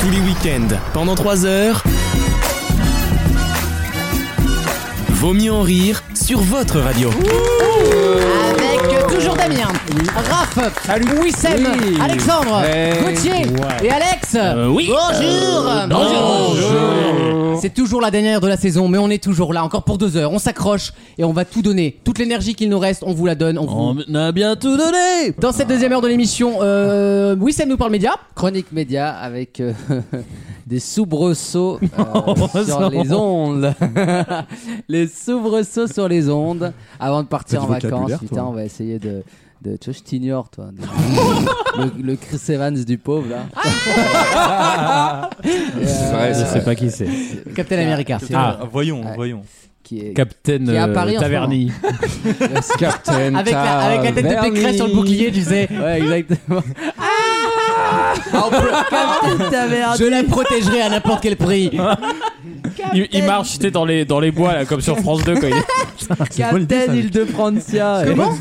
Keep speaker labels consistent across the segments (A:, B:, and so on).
A: Tous les week-ends, pendant 3 heures. Vaut mieux en rire sur votre radio.
B: Avec euh, toujours Damien, Raph, Wissem,
C: Oui.
B: Alexandre,
C: Hey.
B: Gauthier
C: Ouais.
B: et Alex.
D: Euh,
A: oui.
B: Bonjour. C'est toujours la dernière de la saison, mais on est toujours là, encore pour deux heures. On s'accroche et on va tout donner. Toute l'énergie qu'il nous reste, on vous la donne. On vous-
D: On a bien tout donné
B: Dans cette deuxième heure de l'émission, euh, Wissem nous parle média.
C: Chronique média avec euh, des soubresauts
E: Oh,
C: euh,
D: non.
C: sur les ondes. les soubresauts sur les ondes avant de partir en vacances. Putain, on va essayer de. De, tu vois, je t'ignore, toi. De- le, le Chris Evans du pauvre, là. euh,
E: C'est vrai,
D: Je
E: c'est
D: sais
E: vrai.
D: pas qui c'est.
B: Captain America.
D: Ah.
F: Voyons,
C: Ouais.
F: voyons.
C: Qui est,
D: Captain
C: Qui est à
D: euh,
C: Paris en ce
D: Taverny.
E: Captain
B: Avec la, avec la tête de
C: Taverny.
B: Pécresse sur le bouclier, tu sais.
C: Ouais, exactement. Ah,
B: Je la protégerai à n'importe quel prix.
C: Ah.
D: Il, il marche, t'es dans les, dans les bois, là, comme sur France 2. Quand il...
C: Captain Île-de-Francia.
B: Comment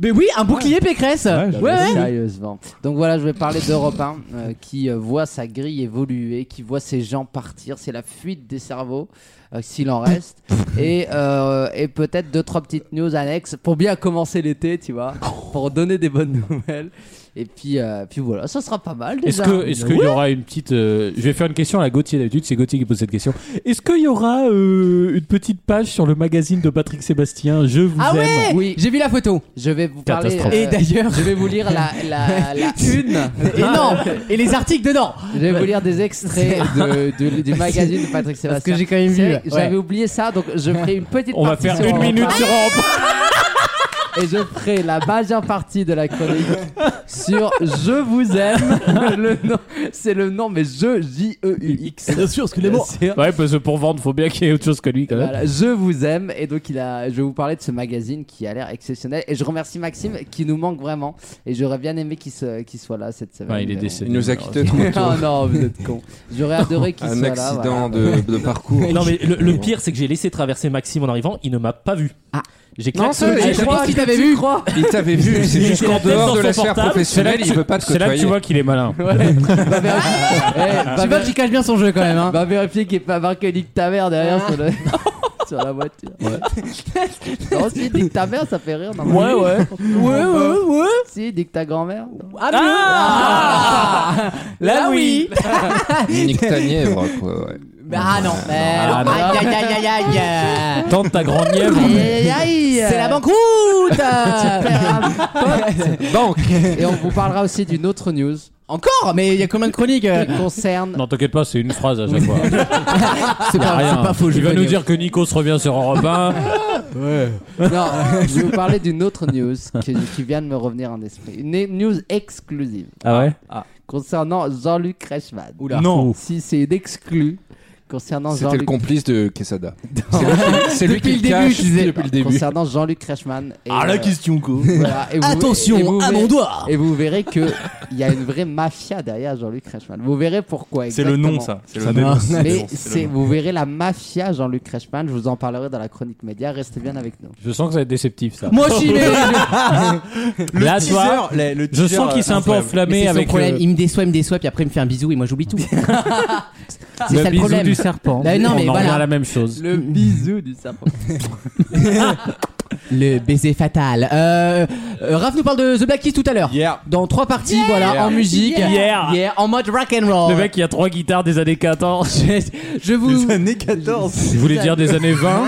B: Mais oui, un bouclier Pécresse. Ouais,
C: Ouais,
B: ouais.
C: Sérieusement. Donc voilà, je vais parler d'Europe 1 euh, qui euh, voit sa grille évoluer, qui voit ses gens partir. C'est la fuite des cerveaux, euh, s'il en reste. et euh, et peut-être deux, trois petites news annexes pour bien commencer l'été, tu vois, pour donner des bonnes nouvelles. Et puis, euh, puis voilà, ça sera pas mal
D: Est-ce
C: déjà.
D: que- est-ce qu'il y aura une petite. euh, Je vais faire une question à la Gauthier d'habitude, c'est Gauthier qui pose cette question. Est-ce qu'il y aura euh, une petite page sur le magazine de Patrick Sébastien Je vous
B: Ah
D: aime
B: ouais
C: Oui. Euh,
B: J'ai vu la photo.
C: Je vais vous parler.
D: Catastrophe.
B: Et d'ailleurs,
C: je vais vous lire la, la, la une.
B: et non, et les articles dedans.
C: Je vais vous lire des extraits de, de- du magazine de Patrick Sébastien.
B: Parce que j'ai quand même
C: C'est
B: vu.
C: vrai que J'avais oublié ça, donc je ferai une petite
D: On va
C: partie
D: faire
C: sur
D: une
C: Europe
D: minute sur Europe
C: un, Et je ferai la majeure partie de la chronique sur Je vous aime. Le nom, c'est le nom, mais je, J-E-U-X. Bien sûr, parce que les mots.
D: Ouais, parce que pour vendre, faut bien qu'il y ait autre chose que lui quand même.
C: Voilà, je vous aime et donc il a, je vais vous parler de ce magazine qui a l'air exceptionnel et je remercie Maxime qui nous manque vraiment et j'aurais bien aimé qu'il se- qu'il soit là cette semaine.
D: Ouais, il est
C: mais bon.
D: décédé.
E: Il nous a quittés trop
C: Non,
E: tôt.
C: non, vous êtes con. J'aurais adoré qu'il soit
E: Un
C: là. voilà.
E: accident de, de parcours.
G: Non mais le, le pire c'est que j'ai laissé traverser Maxime en arrivant, il ne m'a pas vu.
C: Ah.
G: J'ai
E: Non,
G: claqué
E: ça,
G: le-
E: il
G: j'ai-
E: t'a
B: Je pense qu'il t'avait vu.
E: Il t'avait vu, c'est
G: Il
E: juste
G: était
E: qu'en
G: la tête
E: dehors
G: dans
E: de
G: son
E: la sphère
G: portable,
D: C'est là,
E: professionnelle,
D: que
E: il
D: tu-
E: veut pas te
D: c'est là que
E: côtoyer.
D: tu vois qu'il est malin.
C: Va vérifier- Eh, va
B: Ah bah Tu vois qu'il cache bien son jeu quand même. hein.
C: Va vérifier qu'il n'y ait pas marqué Nick ta mère derrière sur, le-
B: Ah.
C: sur la voiture. non, si, Nick ta mère, ça fait rire. Non, ouais, ouais.
B: Ouais, ouais, ouais.
C: Si, Nick ta grand-mère. non.
B: Ah, mieux. Là, oui.
E: Nique ta nièvre, quoi. ouais.
B: Ah non.
D: Ah, non.
B: Aïe, aïe, aïe, aïe, aïe.
D: Tente ta grande nièvre.
C: Aïe, aïe,
B: C'est
C: euh,
B: la banqueroute.
E: Banque
C: Et on vous parlera aussi d'une autre news
B: Encore Mais il y a combien de chroniques euh
C: qui concerne.
D: Non, t'inquiète pas, c'est une phrase à chaque fois.
B: C'est
D: Y a rien.
B: c'est pas faux. je
D: Il va
B: connais.
D: nous dire que Nikos revient sur Europe 1.
C: Non, je vais vous parler d'une autre news qui, qui vient de me revenir en esprit. Une news exclusive
D: Ah ouais
C: concernant Jean-Luc Reichmann.
D: Non.
C: Si c'est une exclue concernant
E: C'était le
C: Jean-Luc
E: complice de Quesada. C'est lui qui-
B: Depuis le
E: C'est lui qui le
B: début,
E: cache
B: je disais.
E: depuis le début.
C: concernant Jean-Luc Reichmann. et,
F: Ah,
C: euh,
F: question, quoi.
C: voilà, et vous- et vous
B: Attention à
C: verrez-
B: mon doigt.
C: Et vous verrez que il y a une vraie mafia derrière Jean-Luc Reichmann. Vous verrez pourquoi.
F: C'est le
C: exactement.
F: nom, ça. C'est le
B: Ça
F: nom.
B: dénonce.
F: C'est le
C: Mais
F: nom, c'est
C: c'est,
F: le nom.
C: vous verrez la mafia Jean-Luc Reichmann. Je vous en parlerai dans la chronique média. Restez bien avec nous.
D: Je sens que ça va être déceptif ça.
B: Moi aussi, mais
D: Là,
F: teaser,
D: toi,
F: les- le
D: je
F: teaser,
D: sens qu'il s'est un peu
F: incroyable.
D: enflammé
B: c'est son
D: avec
B: problème.
D: euh,
B: Il me déçoit, il me déçoit, puis après il me fait un bisou et moi j'oublie tout. c'est
D: le
B: ça le
D: bisou
B: problème.
D: du serpent.
B: Bah, non,
D: On
B: mais
D: en
B: voilà.
D: revient à la même chose.
C: Le bisou du serpent.
B: Le baiser fatal. Euh, euh, Raph nous parle de The Black Keys tout à l'heure.
F: Hier.
B: Dans trois parties, voilà,
F: Yeah.
B: en musique.
D: Yeah. Yeah.
B: en mode rock and roll.
D: Le mec, il y a trois guitares des années 14.
B: je, je vous.
F: Les années 14.
D: Vous voulez dire des années 20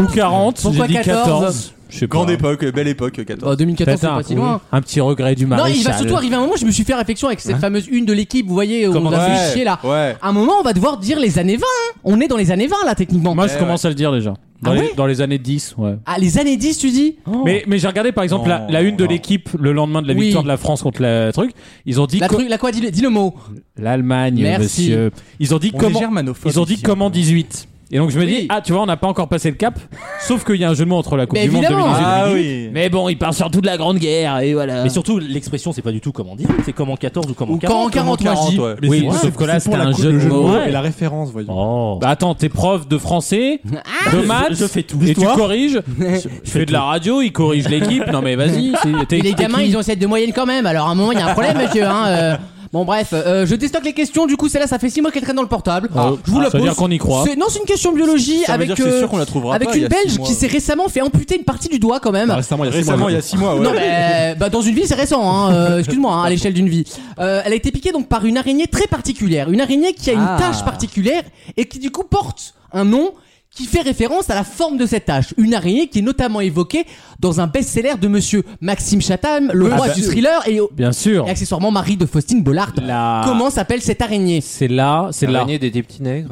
D: ou 40
B: Pourquoi
D: J'ai dit
B: 14.
D: 14. Je sais pas.
F: Grande époque, belle époque, 14.
B: Oh, 2014, c'est
D: Peut-être un,
B: pas si loin.
D: un petit regret du
B: Non,
D: maréchal. Hein
B: il va surtout arriver un moment. Je me suis fait réflexion avec cette fameuse une de l'équipe. Vous voyez, on
D: Comment-
B: nous a fait
F: Ouais,
B: chier là.
F: Ouais.
B: À un moment, on va devoir dire les années 20. hein. On est dans les années 20 là, techniquement.
D: Moi, je
F: Eh
D: commence à le dire déjà. Dans,
B: Ah
D: les,
B: ouais
D: dans les années 10, ouais.
B: Ah, les années 10, tu dis
D: Mais, mais j'ai regardé par exemple la,
F: Non,
D: la une de
F: non.
D: l'équipe le lendemain de la
B: Oh. Oui.
D: victoire de la France contre la truc. Ils ont dit
B: La,
D: co-
B: truc, la quoi dis le, dis le mot.
D: l'Allemagne,
B: Merci.
D: monsieur. Ils ont dit comment Ils ont dit comment 18. Et donc je me dis,
B: Oui.
D: ah tu vois, on n'a pas encore passé le cap. Sauf qu'il y a un jeu de mots entre la Coupe
B: Mais
D: du Monde
B: évidemment.
D: 2018.
F: Ah oui.
D: Mais bon, il parle surtout de la Grande Guerre et voilà.
G: Mais surtout l'expression c'est pas du tout comment dire, c'est comment 14 ou comment
B: Ou
G: 40.
B: quand en 40, moi je dis.
F: ouais.
D: oui,
H: c'est-
D: sauf que là,
H: pour
D: c'était
H: la
D: un
H: coupe,
D: jeu de
H: le jeu de
D: mots.
H: mots et la référence, voyons.
G: Oh.
D: Bah attends, t'es prof de français,
B: Ah.
D: de maths,
G: je fais tout.
D: et tu
G: Histoire.
D: corriges. Je fais de la radio, il corrige l'équipe. Non mais vas-y, c'est- t'es-
B: Et les
D: t'es
B: gamins,
D: qui
B: ils ont 7 de moyenne quand même. Alors à un moment, il y a un problème, monsieur. Hein, euh. Bon, bref, euh, je déstocke les questions. Du coup, celle-là, ça fait 6 mois qu'elle traîne dans le portable.
D: Ah.
B: je vous
D: Ah, ça
B: la pose.
D: veut dire qu'on y croit.
B: C'est- Non, c'est une question de biologie
F: Ça veut
B: avec,
F: dire que c'est
B: euh,
F: sûr qu'on la trouvera
B: avec
F: pas, il y
B: une
F: a six
B: Belge
F: mois. Ah,
B: qui s'est récemment fait amputer une partie du doigt quand même.
F: Récemment, il y a six mois. ouais.
B: Non, mais bah, dans une vie, c'est récent, hein, euh, excuse-moi, hein, à l'échelle d'une vie. Euh, elle a été piquée donc par une araignée très particulière. Une araignée qui a une
C: Ah.
B: tache particulière et qui, du coup, porte un nom qui fait référence à la forme de cette tache. Une araignée qui est notamment évoquée dans un best-seller de monsieur Maxime Chatham,
F: Ah,
B: le roi
D: bah,
F: euh,
B: du thriller et, et
D: Bien sûr.
B: accessoirement mari de Faustine Bollard.
F: Ah.
D: La-
B: Comment s'appelle cette araignée
D: C'est là, c'est là.
E: L'araignée des des petits nègres.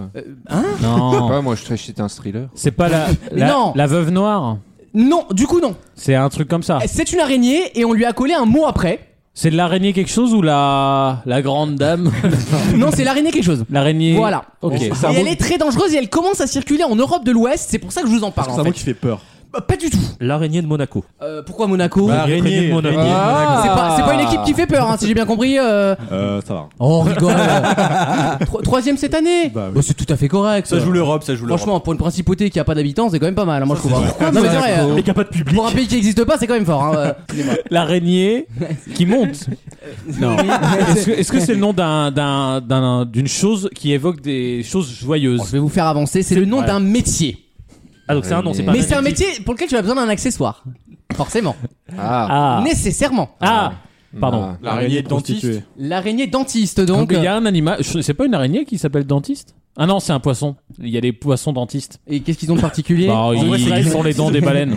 D: Non.
E: Pas moi, je c'était un thriller.
D: C'est pas la,
B: Mais
D: la,
B: non.
D: la veuve noire.
B: Non, du coup, non.
D: C'est un truc comme ça.
F: Ah.
B: C'est une araignée et on lui a collé un mot après.
D: C'est de l'araignée quelque chose ou la, la grande dame
B: non, c'est l'araignée quelque chose.
D: L'araignée.
B: Voilà.
D: Ok.
B: Et elle est très dangereuse et elle commence à circuler en Europe de l'Ouest. C'est pour ça que je vous en parle.
F: C'est
B: en
F: un
B: fait.
F: mot qui fait peur.
B: Bah, Pas du tout.
I: L'araignée de Monaco.
B: Euh, pourquoi Monaco
F: Bah,
B: C'est
F: araignée,
I: L'araignée de Monaco.
F: araignée.
B: pas, c'est pas une équipe qui fait peur, hein, si j'ai bien compris. euh.
F: Euh, ça va.
B: Oh, on rigole. Tro- troisième cette année.
F: Bah oui.
B: Bah, c'est tout à fait correct.
F: Ça joue l'Europe, ça joue l'Europe.
B: Franchement, pour une principauté qui a pas d'habitants, c'est quand même pas mal. hein, Moi, je trouve. hein. Non, mais c'est vrai. euh,
I: Et qu'il n'y a pas de public.
B: Pour un pays qui n'existe pas, c'est quand même fort. hein, euh.
D: L'araignée qui monte. Non. Est-ce que est-ce que c'est le nom d'un- d'un- d'un- d'une chose qui évoque des choses
F: Oh,
B: Bon, je
D: joyeuses
B: vais vous faire avancer. C'est le nom d'un métier.
I: Ah, donc c'est un nom, c'est pas
B: Mais c'est un
I: adjectif.
B: métier pour lequel tu as besoin d'un accessoire. Forcément.
E: Ah,
D: Ah.
B: Nécessairement.
D: Ah. Pardon.
E: Ah.
F: L'araignée de dentiste.
B: L'araignée dentiste,
D: Donc
B: donc. euh,
D: il y a un animal. je- C'est pas une araignée qui s'appelle dentiste Ah non, c'est un poisson. Il y a les poissons dentistes.
B: euh, Et qu'est-ce qu'ils ont de particulier
D: Bah, ils,
F: vrai, c'est vrai,
D: ils ont les dents des baleines.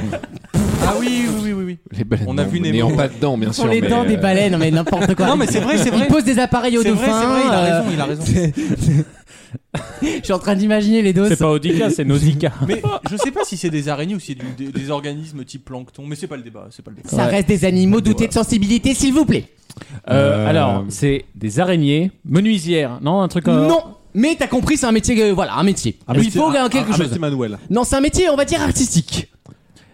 F: Ah oui, oui, oui, oui.
E: les baleines.
F: On a
E: non,
F: vu Nemo.
E: N'ayant pas de dents, bien
B: Sur
E: sûr.
B: les
E: mais,
B: dents des
E: euh,
B: baleines, mais n'importe quoi.
F: Non, mais c'est vrai, c'est vrai.
B: Il pose des appareils aux
F: C'est
B: dauphins.
F: vrai, c'est vrai, il a
B: euh,
F: raison, il a raison.
B: Je suis en train d'imaginer les doses.
D: C'est pas Odica, c'est Nausicaa.
F: Mais je sais pas si c'est des araignées ou si c'est du- des, des organismes type plancton, mais c'est pas le débat, c'est pas le débat.
B: Ça reste des animaux dotés de sensibilité, s'il vous plaît.
D: Euh, Alors, c'est des araignées, menuisières, non Un truc euh, comme.
B: Non, mais t'as compris, c'est un métier. euh, voilà, un métier. Il faut gagner quelque chose.
F: Ah, C'est Manuel.
B: Non, c'est un métier, on va dire artistique.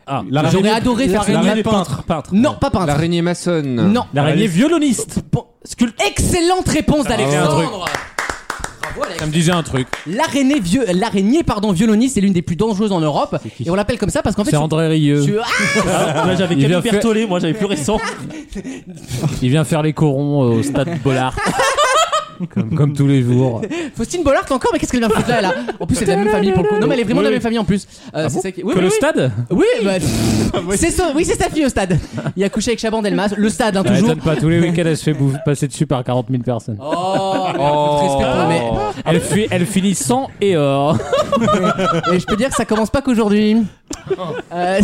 D: Ah,
B: J'aurais adoré faire ça.
D: l'araignée des peintres. peintres.
B: Non, pas peintre.
E: L'araignée maçonne.
B: Non.
D: L'araignée violoniste.
B: Bon, sculpte- Excellente réponse d'Alexandre. Bravo, Alex.
D: Ça me disait un truc.
B: L'araignée vieux, l'araignée pardon violoniste est l'une des plus dangereuses en Europe et on l'appelle comme ça parce qu'en fait
D: C'est André Rieu.
B: tu- Ah
I: Ah, moi, j'avais
D: Il vient
I: Camille
D: faire-
I: Berthollet, moi j'avais plus récent.
D: Il vient faire les corons euh, au stade Bollard. comme, comme tous les jours.
B: Faustine Bollard encore, mais qu'est-ce qu'elle vient foutre là, là En plus, c'est de la même famille pour le coup. Non, mais elle est vraiment de la
D: Oui. Ah
B: même famille en plus. Euh, c'est
D: bon
B: ça qui- oui,
D: que
B: oui,
D: le
B: oui.
D: stade
I: Ah,
B: Oui, bah, c'est ça- oui, c'est sa fille au stade. Il a couché avec Chaban Delmas, le stade hein,
D: Ça
B: toujours.
D: m'étonne pas, tous les week-ends, elle se fait bouffer- passer dessus par 40 000 personnes.
I: Ah.
B: Oh, respect pour elle, mais-
D: Elle, fuit- elle finit sans et or.
B: Et je peux dire que ça commence pas qu'aujourd'hui. Euh,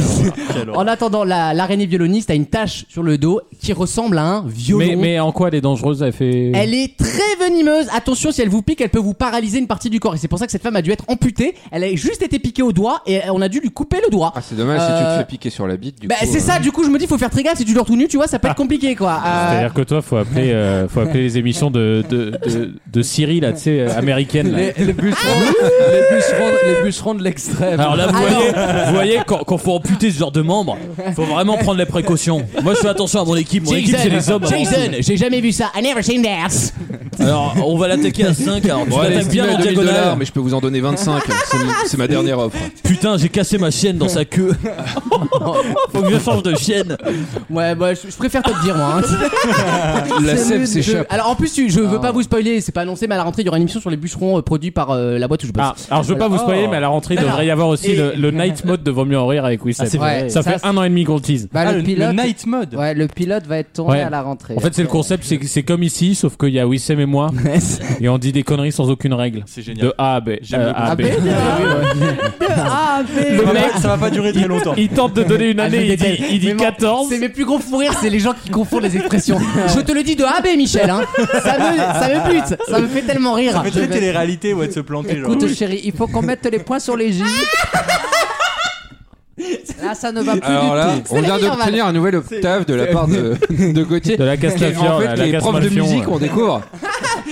B: en attendant, la- l'araignée violoniste a une tache sur le dos qui ressemble à un violon.
D: Mais, mais en quoi elle est dangereuse Elle fait.
B: Elle est très venimeuse. Attention, si elle vous pique, elle peut vous paralyser une partie du corps. Et c'est pour ça que cette femme a dû être amputée. Elle a juste été piquée au doigt et on a dû lui couper le doigt.
E: Ah, c'est dommage si tu
B: Euh,
E: te fais piquer sur la bite. Du
B: Bah
E: coup,
B: c'est
E: euh,
B: ça, du coup je me dis faut faire très gaffe si tu dors tout nu, tu vois, ça peut être compliqué quoi. Euh,
D: Ah. C'est-à-dire que toi, faut appeler, euh, faut appeler les émissions de, de, de, de Syrie, là, tu sais, euh, américaine. là.
C: Les, les bûcherons, les, bûcherons, les bûcherons de l'extrême.
D: Alors là, vous
B: Alors-
D: voyez, vous voyez quand, quand faut amputer ce genre de membres, faut vraiment prendre les précautions. Moi, je fais attention à mon équipe. Mon équipe, c'est les hommes. hein. avant
B: Jason,
D: tout.
B: j'ai jamais vu ça. I never seen that.
D: Alors, on va l'attaquer à 5. Alors, tu
E: Bon, allez,
D: l'attaques bien en
E: 2000
D: diagonale.
E: dollars, mais je peux vous en donner 25. C'est mon- C'est ma dernière offre.
D: Putain, j'ai cassé ma chaîne dans sa queue. Faut que je change de chaîne.
B: Ouais, bah, je, je préfère te le dire moi. hein.
E: La
B: C'est
E: sève
B: nul, je-
E: s'échappe.
B: Alors en plus, tu- je
D: Ah.
B: veux pas vous spoiler, c'est pas annoncé, mais à la rentrée, il y aura une émission sur les bûcherons euh, produits par euh, la boîte où je
C: Ah.
B: bosse.
D: Ah, alors, je veux pas vous spoiler, mais à la rentrée, il devrait y avoir aussi le, le night mode de Vaut mieux en rire avec Wissem.
B: c'est vrai.
D: ça,
C: Ça,
D: fait
C: c'est-
D: un an et demi qu'on Ah, le tease.
C: Bah, le, pilote,
F: night mode.
C: ouais, le pilote va être tourné
D: Ouais.
C: à la rentrée.
D: En fait, c'est le concept, c'est c'est comme ici, sauf qu'il y a Wissem et moi, et on dit des conneries sans aucune règle.
F: C'est génial.
D: De A à B.
F: J'aime
D: Euh,
F: le
D: A à B.
B: Ah, mais...
F: Ça va pas- ça va pas durer très longtemps.
D: Il tente de donner une année, il dit, il dit
B: Mais mon-
D: 14.
B: C'est mes plus gros fous rires, c'est les gens qui confondent les expressions. Je te le dis de A à B, Michel. Hein. Ça, me, ça me bute, ça me fait tellement rire.
F: Ça fait très télé-réalité, ouais, de se planter, genre.
C: Écoute, chérie, il faut qu'on mette les points sur les J. Là, ça ne va plus
E: Alors
C: du
E: là,
C: tout.
E: on vient
B: normal.
E: d'obtenir un nouvel octave de la part de, de Gauthier.
D: De la
E: Qui est,
D: Castafiore, la,
E: en fait,
D: la
E: qui est
D: Casse
E: prof de
D: Malfion,
E: musique,
D: ouais.
E: on découvre.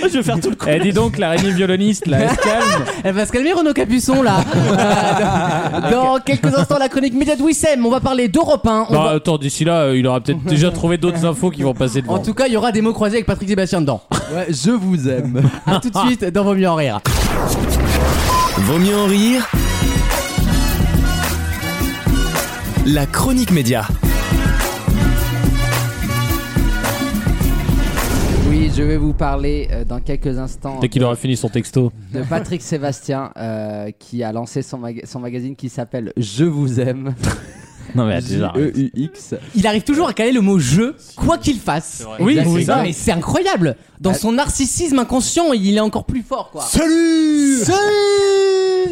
I: Je vais faire tout le coup.
D: Eh, dis donc, l'araignée violoniste, là, elle se calme.
B: Elle va se calmer, Renaud Capuçon, là. Euh, dans, dans quelques instants, la chronique média de Wissem. On va parler d'Europe 1. On
D: Bah,
B: va-
D: attends, d'ici là, euh, il aura peut-être déjà trouvé d'autres infos qui vont passer devant.
B: En tout cas, il y aura des mots croisés avec Patrick Sébastien dedans.
C: Ouais, je vous aime.
B: A tout de suite dans Vaut mieux en rire.
J: Vaut mieux en rire. La chronique média.
C: Oui, je vais vous parler euh, dans quelques instants
D: Dès qu'il aura fini son texto.
C: de Patrick Sébastien euh, qui a lancé son, maga- son magazine qui s'appelle Je vous aime. E
D: Non, mais
C: E-U-X.
B: Il arrive toujours à caler le mot je, quoi qu'il fasse.
K: vrai.
D: Oui,
C: Exactement.
D: c'est ça.
B: Mais c'est incroyable. Dans
C: Ah.
B: son narcissisme inconscient, il est encore plus fort, quoi.
A: Salut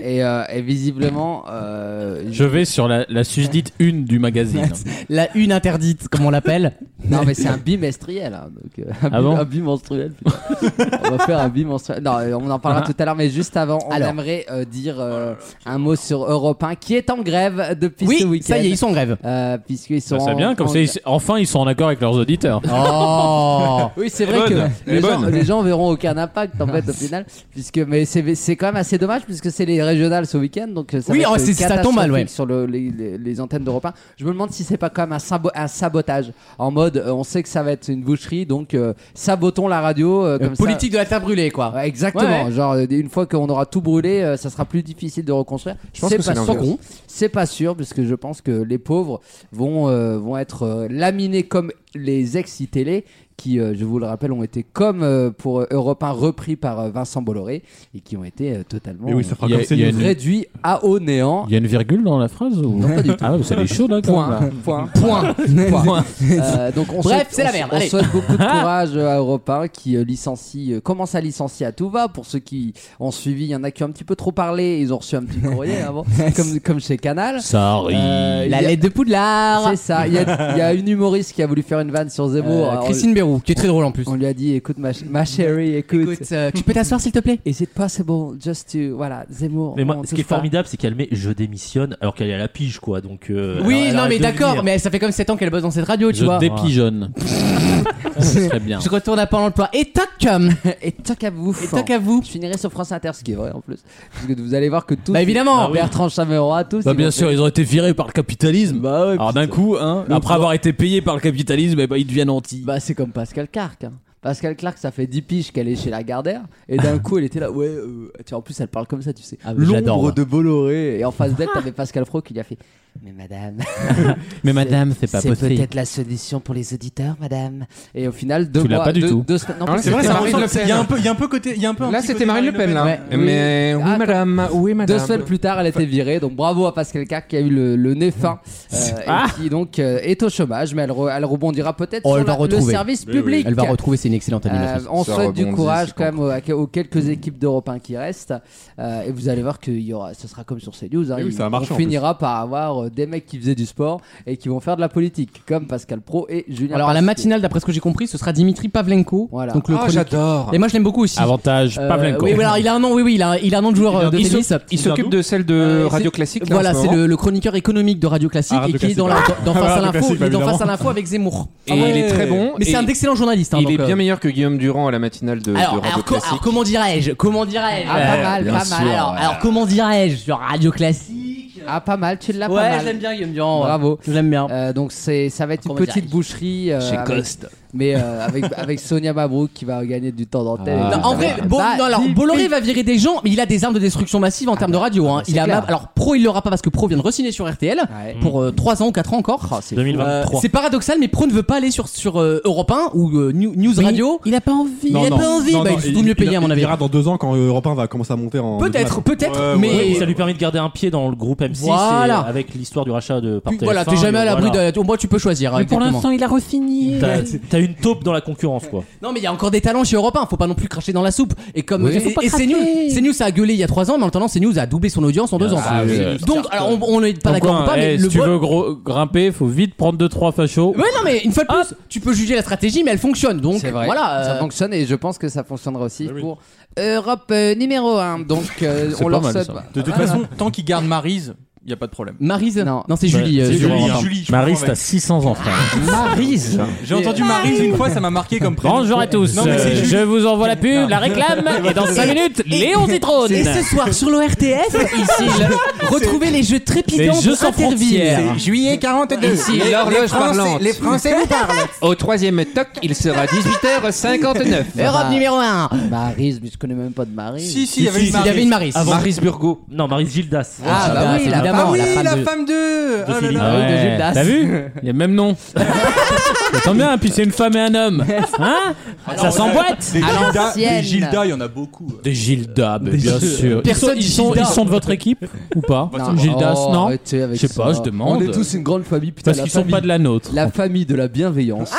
C: Et, euh, et visiblement, euh,
D: Je vais sur la, la susdite une du magazine.
B: La une interdite, comme on l'appelle.
C: Non, mais c'est un bimestriel. hein, donc, euh, un, bi-
D: Ah bon
C: un bimenstruel. putain. on va faire un bimenstruel. Non, euh, on en parlera tout à l'heure, mais juste avant, on
B: Alors.
C: aimerait euh, dire euh, un mot sur Europe 1 qui est en grève depuis
B: oui,
C: ce week-end.
B: ça y est, ils sont en grève.
C: Euh, Puisqu'ils sont.
D: Ça, c'est
C: en-
D: bien, comme
C: en-
D: ça, ils- enfin, ils sont en accord avec leurs auditeurs.
B: Oh
C: Oui, c'est vrai
E: bonne,
C: que
E: elle est
C: les gens,
E: bonne.
C: les gens verront aucun impact en fait au final, puisque mais c'est c'est quand même assez dommage puisque c'est les régionales ce week-end, donc ça,
B: Oui,
C: va
B: oh,
C: être
B: c'est- ça tombe mal, ouais.
C: catastrophique sur le- les, les- les antennes d'Europe 1. Je me demande si c'est pas quand même un, sabo- un sabotage en mode euh, on sait que ça va être une boucherie, donc euh, sabotons la radio euh, comme ça.
B: Politique de la terre brûlée, quoi.
C: Ah Ouais, exactement.
B: Ouais,
C: Genre euh, une fois qu'on aura tout brûlé, euh, ça sera plus difficile de reconstruire.
E: Je pense
C: C'est
E: que c'est
C: pas
E: l'inverse.
C: sûr. C'est pas sûr parce que je pense que les pauvres vont euh, vont être euh, laminés comme les ex télé qui, euh, je vous le rappelle, ont été comme euh, pour Europe 1 repris par euh, Vincent Bolloré et qui ont été euh, totalement
H: Mais oui, ça fera
D: Il y a-
H: comme c'est
D: il y a
H: nul.
D: une-
C: réduits à haut néant.
D: Il y a une virgule dans la phrase ou...
C: Non, pas du tout.
D: Ah, ouais, ça est chaud là. quand même, là.
C: Point, point,
B: Point.
C: point. Euh, donc on
B: Bref,
C: souhaite-
B: c'est la
C: on-
B: merde,
C: On
B: allez. Ah.
C: souhaite beaucoup de courage euh, à Europe 1 qui euh, licencie, euh, commence à licencier à tout va. Pour ceux qui ont suivi, il y en a qui ont un petit peu trop parlé. Ils ont reçu un petit courrier avant, comme, comme chez Canal.
D: Ça arrive.
C: Euh, il y
B: La
C: a-
B: lettre de Poudlard.
C: C'est ça. Il y, a, il y a une humoriste qui a voulu faire une vanne sur
B: Euh,
C: Zemmour. Alors,
B: Christine Bérou, qui est très drôle en plus.
C: on, on lui a dit, écoute ma, ch- ma chérie, écoute.
B: Écoute, euh, tu peux t'asseoir s'il te plaît
C: Is it possible just to voilà Zemmour
D: Mais
B: Oh,
C: on
D: moi, ce qui est
C: touche pas.
D: formidable, c'est qu'elle met je démissionne alors qu'elle est à la pige, quoi. Donc, euh, alors,
B: Oui,
D: elle
B: non
D: arrête
B: mais
D: de le
B: d'accord,
D: dire.
B: mais ça fait comme 7 ans qu'elle bosse dans cette radio, tu
D: Je
B: vois.
D: dépigeonne. Ça, ce serait bien.
B: Je retourne à Pôle emploi. Et toc euh,
C: Et toc à vous.
B: Et toc à vous
C: Je finirai sur France Inter, ce qui est vrai en plus, parce que vous allez voir que tout.
B: Bah évidemment.
C: Bertrand Chameroy, tous.
D: Bah,
C: ils
D: bien
C: vont
D: sûr, ils ont été virés par le capitalisme.
C: Bah ouais,
D: Alors d'un coup, hein, après avoir été payés par le capitalisme, eh ben, ils deviennent anti.
C: Bah c'est comme Pascal Clark. hein. Pascal Clark, ça fait 10 piges qu'elle est chez Lagardère. Et d'un coup, elle était là. Ouais, euh, tu vois, en plus, elle parle comme ça, tu sais.
D: Ah, mais j'adore, moi.
C: L'ombre de Bolloré. Et en face d'elle, t'avais Pascal Fro qui lui a fait Mais madame,
D: Mais madame, c'est pas
C: c'est
D: possible.
C: peut-être la solution pour les auditeurs, madame. Et au final, deux
D: Tu l'as
C: mois.
D: pas du
C: deux-
D: tout.
C: deux semaines- non,
E: Ah ouais,
C: plus,
E: c'est vrai,
C: c'était
E: ça
C: Marine
E: ressemble.
C: Le Pen.
K: Il y a un peu, il y a un peu côté, il y a un peu. un
E: Là,
K: petit
E: c'était
K: côté
E: Marine Le Pen, là.
C: Ouais.
E: Mais
C: Oui.
E: oui,
C: Ah,
E: madame. Oui,
C: Deux
E: madame.
C: semaines plus tard, elle a été virée. Donc bravo à Pascal Clark qui a eu le, le nez fin euh,
E: Ah
C: et qui donc euh, est au chômage. Mais elle, re- elle rebondira peut-être
B: Oh,
C: sur
B: elle va
C: la- le
B: retrouver.
C: service public.
B: Elle va retrouver, c'est une excellente animatrice.
C: Euh, on
E: Ça
C: souhaite du
E: rebondit,
C: courage
E: c'est
C: quand
E: pas
C: même aux, aux quelques équipes d'Europe 1 qui restent. Euh, et vous allez voir que y aura, ce sera comme sur CNews. Hein,
H: Et oui,
C: Il-
H: ça va marcher,
C: on
H: en plus.
C: finira par avoir euh, des mecs qui faisaient du sport et qui vont faire de la politique, comme Pascal Pro et Julien.
B: Alors à la
C: Pasquier.
B: matinale, d'après ce que j'ai compris, ce sera Dimitri Pavlenko.
C: Voilà.
B: Donc le
E: Ah,
B: chronique-
E: j'adore.
B: Et moi je l'aime beaucoup aussi.
D: Avantage,
B: Euh,
D: Pavlenko.
B: Oui, voilà, il a un nom, oui, oui, il a, il a un nom de joueur euh, de
E: Il s'oc-
B: tennis.
E: Il s'occupe de celle de
B: Euh,
E: Radio
B: c'est-
E: Classique. là, en
B: Voilà,
E: ce
B: c'est
E: moment.
B: le, le chroniqueur économique de Radio Classique
H: Ah, Radio
B: et qui est dans,
H: Classique.
B: la- dans- dans
H: Ah,
B: Face à
H: Radio
B: l'info.
H: Classique,
B: Il est dans
H: évidemment.
B: Face à l'info avec Zemmour.
C: Ah
B: Ah,
E: Et il est très bon.
B: Mais c'est
E: et
B: un excellent journaliste. hein,
E: Il
B: donc,
E: est
B: euh,
E: bien meilleur que Guillaume Durand à la matinale de de
B: Alors,
E: Radio
B: alors, co-
E: Classique.
B: alors, comment dirais-je Comment dirais-je euh,
C: Ah, pas mal,
E: bien
C: pas
E: sûr.
C: mal.
B: Alors,
C: Alors,
B: alors, comment dirais-je Sur Radio Classique
C: ah, pas mal, tu l'as pas
B: Ouais,
C: mal.
B: j'aime bien Guillaume Durand.
C: Bravo.
B: J'aime bien.
C: Euh, donc c'est ça va être
B: Comment
C: une
B: dire,
C: petite
B: il-
C: boucherie euh, avec- mais euh, avec avec Sonia Mabrouk qui va gagner du temps d'antenne.
E: Ah.
C: Et
B: Non,
C: tout
B: en
C: ça.
B: vrai,
C: Bah,
B: bon, non, alors,
C: dis-
B: Bolloré va virer des gens, mais il a des armes de destruction massive en termes de radio. hein.
C: bah, c'est
B: il a
C: clair.
B: même- alors, Pro, il l'aura pas parce que Pro vient de re-signer sur RTL
C: Ouais.
B: pour 3 ans ou 4 ans encore.
C: c'est
D: 2023.
B: Euh, c'est paradoxal, mais Pro ne veut pas aller sur, sur euh, Europe 1 ou euh, New- News Radio. Il a pas envie.
H: Non,
B: il a
H: non,
B: pas envie.
H: non,
B: bah,
H: non,
B: il vaut mieux payer, à mon avis.
H: Il ira dans deux ans quand Europe 1 va commencer à monter en.
B: Peut-être, peut-être,
H: Ouais,
B: mais.
D: Oui, ça lui permet de garder un pied dans le groupe M6 et
B: Voilà.
D: avec l'histoire du rachat de par
B: Puis, voilà, t'es
D: TF1,
B: jamais à l'abri
D: voilà.
B: de. Au moins, tu peux choisir. exactement.
C: il a refini.
D: T'as t'as une taupe dans la concurrence, quoi.
B: Non, mais il y a encore des talents chez Europe 1. Faut pas non plus cracher dans la soupe. Et comme.
C: Oui.
B: et-
C: Faut pas
B: et CNews, CNews a gueulé il y a 3 ans, mais en attendant, CNews a doublé son audience en 2
D: Bien
B: ans.
D: sûr. Ah, oui, oui.
B: Donc, alors, on- on n'est pas
D: Comme quoi,
B: d'accord ou pas,
D: eh,
B: mais
D: si
B: le
D: tu
B: vote-
D: veux gros- grimper, faut vite prendre 2-3 fachos.
B: Ouais, non, mais une fois de plus, tu peux juger la stratégie, mais elle fonctionne. Donc,
C: C'est vrai.
B: voilà.
C: Ça
B: euh,
C: fonctionne et je pense que ça fonctionnera aussi
H: Oui, oui.
C: pour Europe euh, numéro 1. Donc euh,
D: C'est
C: on
D: pas
C: leur
D: mal,
C: souhaite.
D: ça.
K: De toute façon, tant qu'il garde Marise, il n'y a pas de problème.
B: Maryse
C: Non.
B: Non, c'est Julie.
D: Ouais,
B: euh,
D: c'est
B: Julie.
D: Julie. hein.
K: Julie, Julie, je
D: Marie,
K: comprends,
D: t'as 600 enfants.
C: Marise.
K: ouais. J'ai entendu Marise une fois, ça m'a marqué comme prénom.
D: Bonjour à tous.
K: Non, mais c'est
D: Euh,
K: juste-
D: je vous envoie la pub, la réclame, et dans 5 minutes, Léon Zitrone.
B: Et ce soir sur l'ORTF, ici, retrouvez les jeux trépidants
D: Les jeux sans
B: d'Interville.
D: frontières.
E: Juillet 42. L'horloge parlante. Les
B: Ah,
E: Français vous parlent. Au troisième toc, il sera 18h59.
B: Europe numéro 1.
C: Marise, mais je connais même pas de Marise.
K: Si, si, il y avait
B: Il y avait une Maryse.
D: Avant-
E: Maris Burgo.
D: Non, Marie Gildas.
B: Ah, bah oui, la
D: évidemment,
B: femme-
K: Ah oui,
B: la femme
K: la
B: de-
K: femme de. Ah là là.
D: Philippe. Ah ouais.
C: de Gildas.
D: T'as vu Il y a le même nom. Tant bien, puis c'est une femme et un homme. Hein Ça s'emboîte
F: Des
C: À
F: Gilda,
C: l'ancienne.
F: des Gilda, il y en a beaucoup.
D: Des Gilda, mais bien sûr. Ils sont,
B: Personne
D: ils, sont,
B: Gilda.
D: ils sont de votre équipe ou pas
C: Non.
D: Gildas,
C: Oh,
D: non
C: arrêtez avec
D: Je sais pas,
C: ça.
D: je demande.
C: On est tous une grande famille, putain.
D: Parce
C: la
D: qu'ils sont
C: famille-
D: pas de la nôtre.
C: La famille de la bienveillance.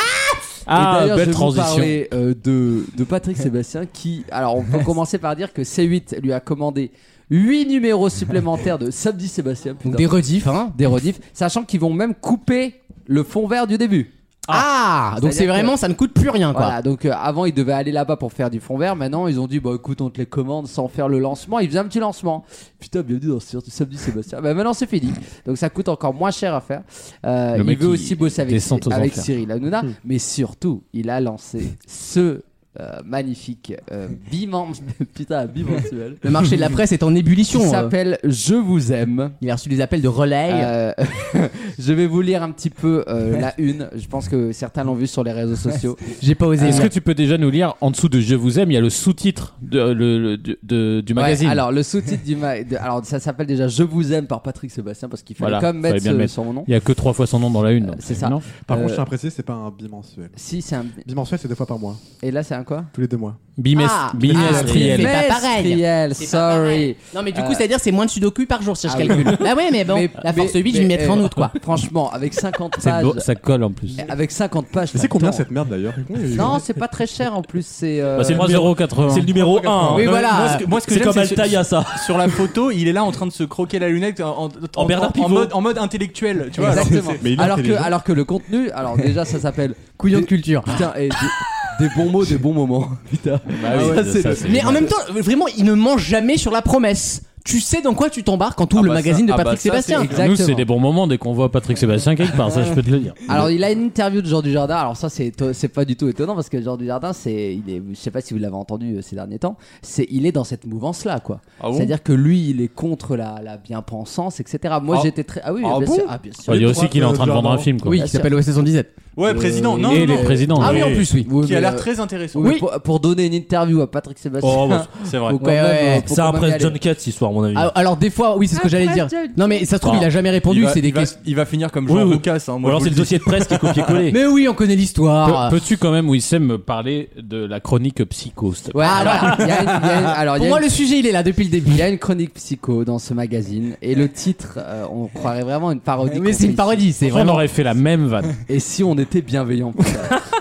D: Ah,
C: Et d'ailleurs, je
D: belle
C: vais vous
D: transition.
C: parler euh, de, de Patrick Sébastien qui. Alors, on peut commencer par dire que C8 lui a commandé 8 numéros supplémentaires de Samedi Sébastien. putain,
B: Donc des rediffs, hein.
C: des rediffs, sachant qu'ils vont même couper le fond vert du début.
B: Ah, donc c'est
C: C'est-à-dire
B: vraiment, ça ne coûte plus rien, quoi.
C: Voilà, donc euh, avant ils devaient aller là-bas pour faire du fond vert, maintenant ils ont dit bah écoute on te les commande sans faire le lancement, ils faisaient un petit lancement. Putain bienvenue dans ce samedi Sébastien. Bah maintenant c'est fini, donc ça coûte encore moins cher à faire. Euh,
D: Le
C: il
D: mec,
C: veut
D: il
C: aussi bosser avec,
D: descend aux
C: avec
D: enfers. Hmm.
C: Cyril Hanouna, mais surtout il a lancé ce euh, magnifique euh, bimen- putain, bimensuel
B: Le marché de la presse est en
C: qui
B: ébullition. euh.
C: s'appelle Je vous aime.
B: Il a reçu des appels de relais.
C: Euh, je vais vous lire un petit peu euh, la une. Je pense que certains l'ont vu sur les réseaux sociaux.
B: J'ai pas osé.
D: Est-ce que
B: lire.
D: tu peux déjà nous lire en dessous de Je vous aime Il y a le sous-titre de- le- le- du- de- du
C: Ouais,
D: magazine.
C: alors le sous-titre du ma- de- alors ça s'appelle déjà Je vous aime par Patrick Sébastien parce qu'il fallait
D: Voilà,
C: quand même
D: fallait
C: mettre,
D: bien
C: ce-
D: le mettre.
C: son nom.
D: Il y a que trois fois son nom dans la une. donc
C: c'est
D: c'est
C: ça.
D: énorme.
L: Par
C: Euh,
L: contre, je tiens à préciser, c'est pas un bimensuel.
C: Si c'est un
L: Bimensuel, c'est deux fois par mois,
C: et là c'est un quoi
L: tous les deux mois.
D: Bimestre-
B: Ah,
D: bimestriel.
B: c'est pas pareil.
C: Triel,
B: C'est pas
C: sorry.
B: pareil. Non, mais du
C: Euh,
B: coup, c'est-à-dire c'est moins de sudoku par jour si je
C: Ah oui.
B: calcule. Ah ouais, mais bon, la force 8, je vais
C: mais,
B: m'y mettre
C: euh,
B: en août, quoi.
C: Franchement, avec 50
D: C'est
C: pages,
D: beau, ça colle en
B: Euh,
D: plus.
C: avec 50 pages.
L: Mais
C: t'as
L: c'est combien
C: le temps.
L: cette merde d'ailleurs
C: Non, c'est pas très cher en plus. C'est euh,
M: Bah, c'est le numéro-
D: 3,80€.
M: C'est le numéro 1.
B: Oui, voilà.
F: hein. Bah, Moi, ce que, moi, ce que
M: C'est
F: j'aime,
M: comme
F: ce-
M: Altaï à ça.
F: Sur la photo, il est là en train de se croquer la lunette en, en- en-
M: Bernard
F: en
M: Pivot.
F: mode, en mode intellectuel. Tu vois, alors que
C: Exactement.
F: c'est-
L: Mais il est
C: alors que
L: intelligent.
C: alors que le contenu, alors déjà ça s'appelle couillon de culture. Putain, et des, des bons mots, des bons moments. Putain.
D: Bah
C: Ça, c'est-
B: Mais en même temps, vraiment, il ne mange jamais sur la promesse. Tu sais dans quoi tu t'embarques quand tout
F: Ah
B: le
F: bah ça-
B: magazine
F: ah
B: de
F: bah
B: Patrick
F: ça,
B: Sébastien.
C: c'est- Exactement.
D: Nous, c'est des bons moments dès qu'on voit Patrick Sébastien quelque part, ça je peux te le dire.
C: Alors il a une interview de Jean Dujardin. Alors ça c'est éto- c'est pas du tout étonnant parce que Jean Dujardin c'est il est je sais pas si vous l'avez entendu euh, ces derniers temps, c'est il est dans cette mouvance là quoi.
F: Ah bon
C: C'est-à-dire que lui il est contre la, la bien-pensance etc. Moi
F: Ah.
C: j'étais très ah oui
F: Ah
C: bien
F: bon
C: sûr ah bien sûr.
D: Enfin, il y a
L: les
D: aussi
L: trois
D: qu'il est en train de
L: de
D: vendre un
L: Jordan.
D: film. Quoi.
B: Oui, qui s'appelle OSS 117.
F: Ouais, président. Non,
D: et les
F: non, non.
D: présidents.
B: Ah oui,
D: oui.
B: en plus, oui.
C: Oui,
F: Qui a
C: mais,
F: l'air
C: euh,
F: très intéressant.
C: oui, mais Pour, pour donner une interview à Patrick Sébastien.
M: Oh, bah, c'est vrai.
C: faut quand
B: Ouais,
C: même,
B: ouais.
C: euh, faut
M: Ça
C: quand même y
M: après
C: aller.
M: Eh, John Katz, histoire, à mon avis.
B: Ah, Alors, des fois, oui, c'est ce que j'allais dire. Non, mais ça se trouve, il a jamais répondu.
F: il, va,
B: C'est des
F: il va-
B: questions.
F: il va finir comme
M: Oui,
F: Jean
M: oui.
F: Lucas. hein,
M: Ou
F: moi,
M: alors
F: je
M: c'est le
F: vous le
M: dossier de presse qui est copié-collé.
B: Mais ah. oui, on connaît l'histoire.
D: Pe- Peux-tu quand même, Wissem, me parler de la chronique psycho s'il te plaît
C: Ouais, alors, il y a une- il y a une- alors, il
B: Pour
C: y a
B: moi,
C: une-
B: le sujet, il est là depuis le
C: Il
B: début.
C: y a une chronique psycho dans ce magazine et le titre, euh, on croirait vraiment une parodie.
B: Mais
C: qu'on
B: c'est
C: fait
B: une parodie, c'est
D: On
B: vraiment.
D: aurait fait la même vanne.
C: ici. Et si on était bienveillant putain.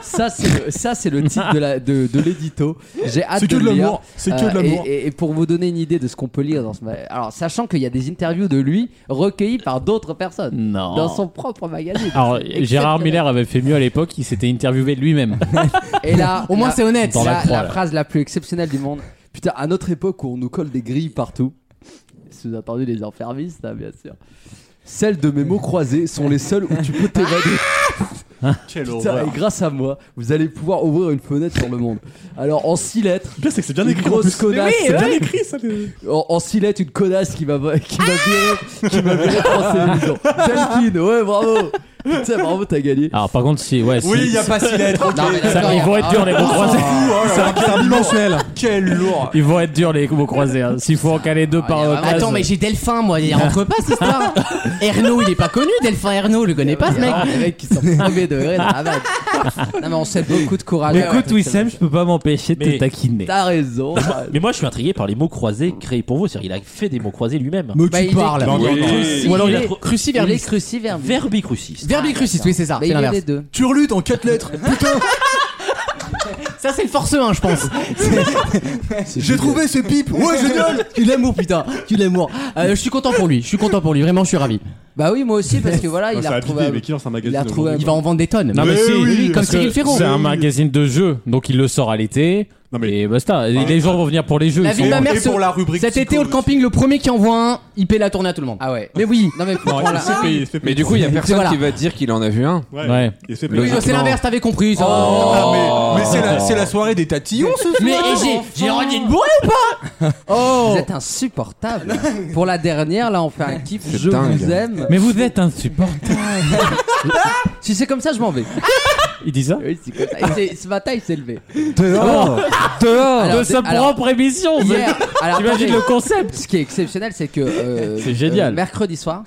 C: Ça, c'est le, ça, c'est le titre de, la, de, de l'édito. J'ai hâte
F: C'est que
C: de
F: de
C: le lire.
F: l'amour. C'est que de
C: Euh,
F: l'amour.
C: et, et- et pour vous donner une idée de ce qu'on peut lire dans ce magazine, alors sachant qu'il y a des interviews de lui recueillies par d'autres personnes
D: Non.
C: dans son propre magazine.
D: Alors, Gérard Miller avait fait mieux à l'époque, il s'était interviewé lui-même.
C: Et là,
B: Au moins,
C: la-
B: c'est honnête.
D: Dans
C: la,
D: la croix,
C: la
D: là.
C: phrase la plus exceptionnelle du monde. Putain, à notre époque où on nous colle des grilles partout, sous-entendu les enfermistes, hein, bien sûr. Celles de mes mots croisés sont les seules où tu peux t'évader.
L: Ah
F: Quelle
C: Putain,
F: horreur.
C: et grâce à moi, vous allez pouvoir ouvrir une fenêtre sur le monde. Alors en six lettres,
L: Le pire, c'est que c'est bien
C: une
L: écrit. en
C: grosse
L: plus.
C: connasse.
L: C'est bien écrit ça. le-
C: En, en six lettres, une connasse qui m'a qui m'a
L: Ah
C: viré, qui m'a viré de France Télévisions. Delphine, ouais, bravo. Putain, bravo, t'as gagné.
D: Alors, par contre, si. Ouais, si-
F: Oui, il n'y a pas Ah, six lettres. ok.
D: ça, ils vont être durs les mots croisés.
K: Oh
L: C'est un- c'est un bimensuel.
F: Quel lourd.
D: Ils vont être durs les mots croisés. hein. S'il faut en caler deux par
B: Ah,
D: occasion.
B: Attends, mais j'ai Delphin, moi, il rentre pas cette histoire. Ernaud, il est pas connu, Delphin Ernaud, je le connais pas ce mec.
C: Les mecs qui sont premier degré dans la vanne. Non, mais on sait beaucoup de courage.
D: Écoute, Wissem, je peux pas m'empêcher de te
M: Mais-
D: taquiner.
C: T'as raison.
M: Mais moi, je suis intrigué par les mots croisés créés pour vous. C'est-à-dire, il a fait des mots croisés lui-même.
B: Mais
C: Bah, il
B: tu
C: est-
B: parles.
C: il est
F: non,
C: cruci-
M: Ou alors, il
C: il
M: a
C: est-
M: trop-
C: il est
B: Cruciverbis.
C: cruciverbe.
M: Verbicrucis.
B: Verbicruciste, oui, c'est ça,
C: Mais
B: c'est
C: il est
B: l'inverse.
C: les deux.
F: Turlute en quatre lettres. Putain,
B: Ça, c'est le force 1, je pense.
F: j'ai trouvé ce pipe. Ouais, génial.
B: Tu l'amour, putain, tu l'amour. Euh, je suis content pour lui, je suis content pour lui, vraiment, je suis ravi.
C: Bah oui, moi aussi, parce que voilà, il
L: Ça
C: a
L: a
C: retrouvé.
L: bidé, mais qui lance un
C: il a
L: magazine
C: retrouvé
L: aujourd'hui,
B: Il va en vendre des tonnes.
D: Non, mais, si,
B: oui, comme
D: parce que
B: Cyril Ferraud.
D: C'est un
B: Oui.
D: magazine de jeux, donc il le sort à l'été.
L: Non, mais-
D: Et basta. Et les gens vont venir pour les jeux.
B: La
D: ils
B: vie de
D: sont-
B: ma mère,
F: Et
B: ce-
F: pour la rubrique
B: cet été
F: psycho
B: au camping, le premier qui envoie un, il paie la tournée à tout le monde.
C: Ah ouais.
B: Mais oui,
C: Non, mais hein.
L: quoi.
C: prends-la.
L: Il se fait payer, il se fait
E: Mais
L: payer.
E: du coup, il y a personne
B: voilà.
E: qui va dire qu'il en a vu un.
D: Ouais.
L: Il se fait
E: Le-
L: payer.
B: c'est l'inverse, t'avais compris. ça.
L: Oh.
F: Ah, mais mais c'est la, c'est la soirée des tatillons ce soir.
B: Mais et j'ai j'ai rendu une bourrée
D: Oh.
C: Vous êtes insupportable. Pour la dernière, là, on fait un kiff.
E: C'est
C: Je
E: dingue.
C: vous aime.
D: Mais vous êtes insupportable.
C: Si c'est comme ça, je m'en vais.
D: Ah Il dit ça Oh.
C: Oui, c'est comme ça. Et c'est- Ce matin, il s'est levé.
L: Dehors
C: Alors,
D: De sa
C: c'est- alors,
D: propre émission. c'est-
C: hier- alors,
D: T'imagines
C: attendez.
D: le concept
C: Ce qui est exceptionnel, c'est que euh,
D: C'est génial.
C: euh, mercredi soir,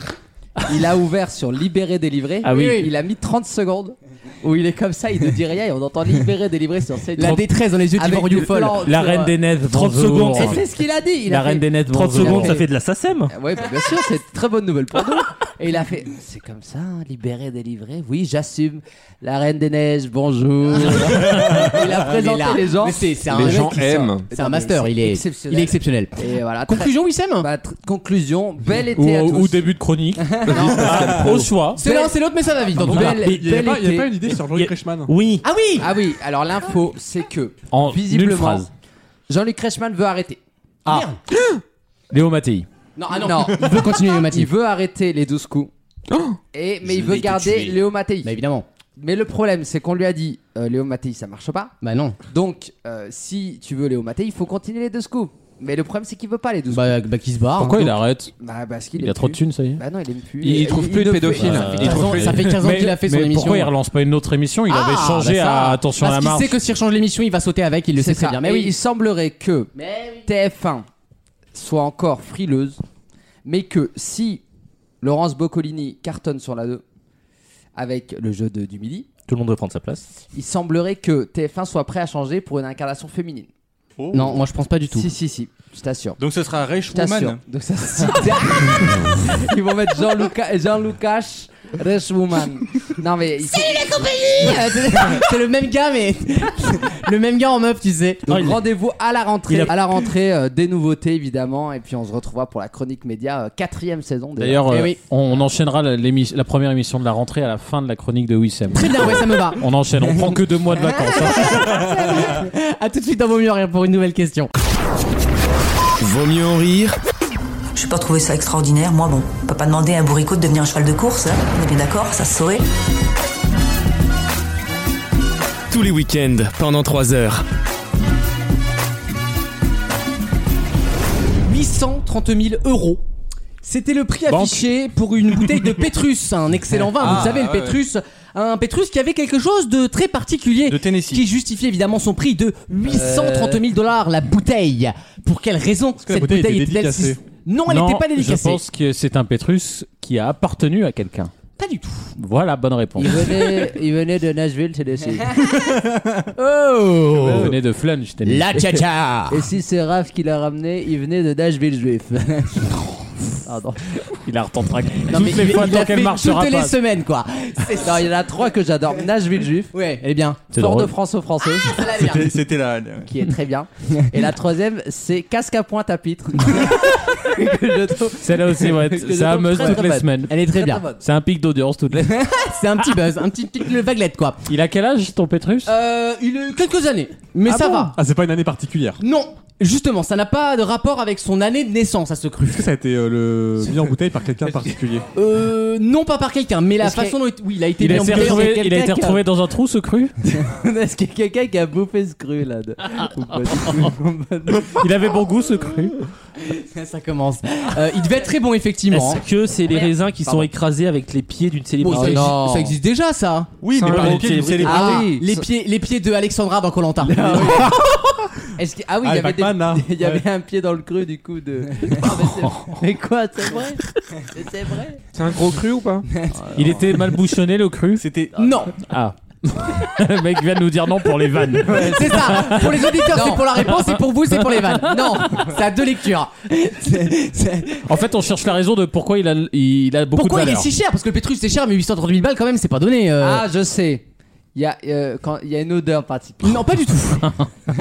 C: il a ouvert sur Libéré Délivré.
D: Ah oui.
C: Il a mis 30 secondes où il est comme ça, il ne dit rien et on entend libérer, délivrer sur scène.
B: La détresse dans les yeux
C: Avec
B: du
C: le
B: folle.
C: plan
D: La
C: sur-
D: reine des neiges.
L: 30
D: bonjour.
L: secondes,
C: Et c'est ce qu'il a dit. Il a
D: La
C: fait-
D: reine des neiges.
L: 30
D: bonjour.
C: secondes,
D: ça fait de la SACEM.
C: Oui, bah, bien sûr, c'est une très bonne nouvelle pour nous. Et il a fait C'est comme ça, hein, libéré, délivré. Oui, j'assume. La Reine des Neiges, bonjour. il a présenté
B: là.
C: les gens.
B: Mais c'est- c'est un
E: Les
B: mec
E: gens
B: qui sort.
E: aiment.
B: C'est un master,
C: C'est
B: il est
C: exceptionnel.
B: il est exceptionnel.
C: Et voilà. très-
B: Conclusion, Wissem
C: bah, tr- conclusion, bel été
L: Ou,
C: à tous.
L: ou début de chronique. Ah, au choix.
B: C'est l'un, c'est l'autre, mais ça va vite. en tout cas.
C: Bel,
H: Il n'y a,
C: bel
H: pas- il y a
C: été.
H: pas une idée sur Jean-Luc
D: y a-
H: Reichmann
D: Oui.
B: Ah oui
C: Ah oui, alors l'info, c'est que
B: Oh,
D: En nulle
C: visiblement,
D: phrase.
C: Jean-Luc Reichmann veut arrêter.
B: Ah,
L: Léo Mattei.
C: Non, ah non. il veut
B: continuer, Oh
C: Il veut arrêter les 12 coups. Et, mais il veut garder Léo Mattei.
B: Bah évidemment.
C: Mais le problème, c'est qu'on lui a dit euh, Léo Mattei, ça marche pas.
B: Bah non.
C: Donc, euh, si tu veux Léo Mattei, il faut continuer les 12 coups. Mais le problème, c'est qu'il veut pas les 12 coups.
B: Bah, bah qui se barre.
L: Pourquoi il arrête
C: Bah, parce qu'il
D: Il
C: aime
D: a trop de
C: plus.
D: thunes, ça y est.
C: Bah non, il aime plus.
E: Il trouve plus de
C: ne-
E: pédophiles.
D: Voilà.
E: Il
B: Ça
E: trouve
B: fait-
E: plus-
B: Ça fait 15 ans qu'il a fait son
L: mais
B: émission.
L: pourquoi il relance pas une autre émission Il avait
B: Ah,
L: changé
B: bah ça.
L: à Attention à
B: Parce
L: la marche.
B: qu'il sait que s'il change l'émission, il va sauter avec, il le
C: C'est
B: sait très
C: ça.
B: bien. Mais
C: Et
B: oui,
C: il semblerait que TF1 soit encore frileuse, mais que si Laurence Boccolini cartonne sur la 2 avec le jeu de, du midi,
D: Tout le monde veut prendre sa place.
C: il semblerait que TF1 soit prêt à changer pour une incarnation féminine.
L: Oh.
B: Non, moi je pense pas du tout.
C: Si, si, si, je t'assure.
K: Donc ça sera
C: Je t'assure.
K: Reichwoman.
C: Donc ça, c'est- Ils vont mettre Jean-Lucas Jean-Lucas Reichwoman. Non mais il faut-
B: C'est le même gars, mais. le même gars en meuf, tu sais.
C: Donc
D: Ah, il-
C: rendez-vous à la rentrée.
D: il a-
C: À la rentrée, euh, des nouveautés évidemment, et puis on se retrouvera pour la chronique média euh, quatrième saison. déjà.
L: D'ailleurs,
B: Eh
L: euh,
B: oui.
L: on, on enchaînera la, l'émi- la première émission de la rentrée à la fin de la chronique de Wissem.
B: Très bien, ouais, ça me va.
L: On enchaîne, on prend que deux mois de vacances. hein.
B: A tout de suite dans Vaut mieux en rire pour une nouvelle question.
A: Vaut mieux en rire
N: J'ai pas trouvé ça extraordinaire, moi bon. On peut pas demander à un bourricot de devenir un cheval de course, hein. on est bien d'accord, ça se saurait.
A: tous les week-ends pendant 3 heures.
B: 830 000 euros. C'était le prix
L: Banque.
B: affiché pour une bouteille de Pétrus, un excellent vin. Vous
K: Ah,
B: savez, le
K: ouais,
B: Pétrus, un Pétrus qui avait quelque chose de très particulier.
K: De Tennessee.
B: Qui justifiait évidemment son prix de 830 000 dollars la bouteille. Pour quelle raison
H: que la bouteille était
B: était-elle si-
H: dédicacée
B: Non, elle
L: non,
B: n'était pas
L: je
B: dédicacée.
L: pense que c'est un Pétrus qui a appartenu à quelqu'un.
B: Pas du tout.
L: Voilà, bonne réponse.
C: Il venait, il venait de Nashville, Tennessee.
B: Oh
L: Vous venez de Flunge, Tennessee.
B: La tcha
C: Et si c'est Raph qui l'a ramené, il venait de Nashville juif. Pardon.
L: Il a retentera
B: Non, mais
L: toutes les
B: il-
L: fois
B: il
L: tant
B: l'a
L: qu'elle
B: fait
L: marchera
B: toutes les
L: pas.
B: semaines, quoi. C'est
C: Non, il y en a trois que j'adore. Nashville juif, Eh
B: Ouais, elle est bien.
L: C'est
C: Fort de
L: drôle.
C: France aux Français,
K: C'était- C'était la. la-
C: qui est très bien. Et la troisième, c'est Casque à pointe à pitre. que je trouve
L: Celle-là aussi, ouais.
C: que je
L: Ça
C: trouve
L: amuse
C: très,
L: toutes
C: très
L: les
C: bonne.
L: semaines.
B: Elle est très bien.
C: bonne.
L: C'est un pic d'audience toutes les
B: C'est un petit buzz, un petit, petite le vaguelette, quoi.
L: Il a quel âge ton Pétrus
B: Euh, il a eu quelques années, mais ça va.
H: Ah, c'est pas une année particulière.
B: Non, justement, ça n'a pas de rapport avec son année de naissance à ce cru.
H: Est-ce que ça a été euh, le... mis en bouteille par quelqu'un de particulier
B: Euh, non pas par quelqu'un, mais la
C: Est-ce
B: façon dont il- oui, il a été
L: il a,
B: mis en
L: été
B: bouteille.
L: retrouvé, il a été
C: quelqu'un qui a-
L: retrouvé dans un trou, ce cru
C: Est-ce qu'il y a quelqu'un qui a bouffé ce cru là de- Ou pas du tout
L: Il avait bon goût, ce cru
B: Ça commence. Euh, il devait être très bon effectivement.
D: Est-ce que c'est les raisins qui
C: Pardon.
D: sont écrasés avec les pieds d'une
B: Oh, ça,
D: célébrité
B: existe, ça existe déjà ça.
K: Oui, mais
D: un
K: par les
D: gros
K: pieds d'une
D: célébrité.
K: célébrité.
C: Ah oui.
B: les pieds, les pieds de Alexandra dans Colanta.
C: Est-ce que- Ah oui,
H: Ah,
C: il y
H: le
C: avait,
H: Pac-Man, là.
C: des- il y avait un pied dans le creux du coup de. Ah, mais c'est- mais quoi, c'est vrai Mais C'est vrai
E: C'est un gros cru ou pas
L: Il était mal bouchonné, le cru
K: C'était.
B: Non,
L: Ah. le mec vient de nous dire non pour les vannes.
B: c'est ça. Pour les auditeurs,
C: Non.
B: c'est pour la réponse et pour vous, c'est pour les vannes. Non, ça a deux lectures. C'est- c'est-
L: En fait, on cherche la raison de pourquoi il a, il a beaucoup
B: Pourquoi
L: de
B: il est
L: valeur.
B: si cher Parce que le pétrus c'est cher, mais 830 000 balles quand même, c'est pas donné. euh.
C: Ah, je sais. Il y, a, euh, quand... il y a une odeur particulière.
B: Non, pas du tout.
H: Est-ce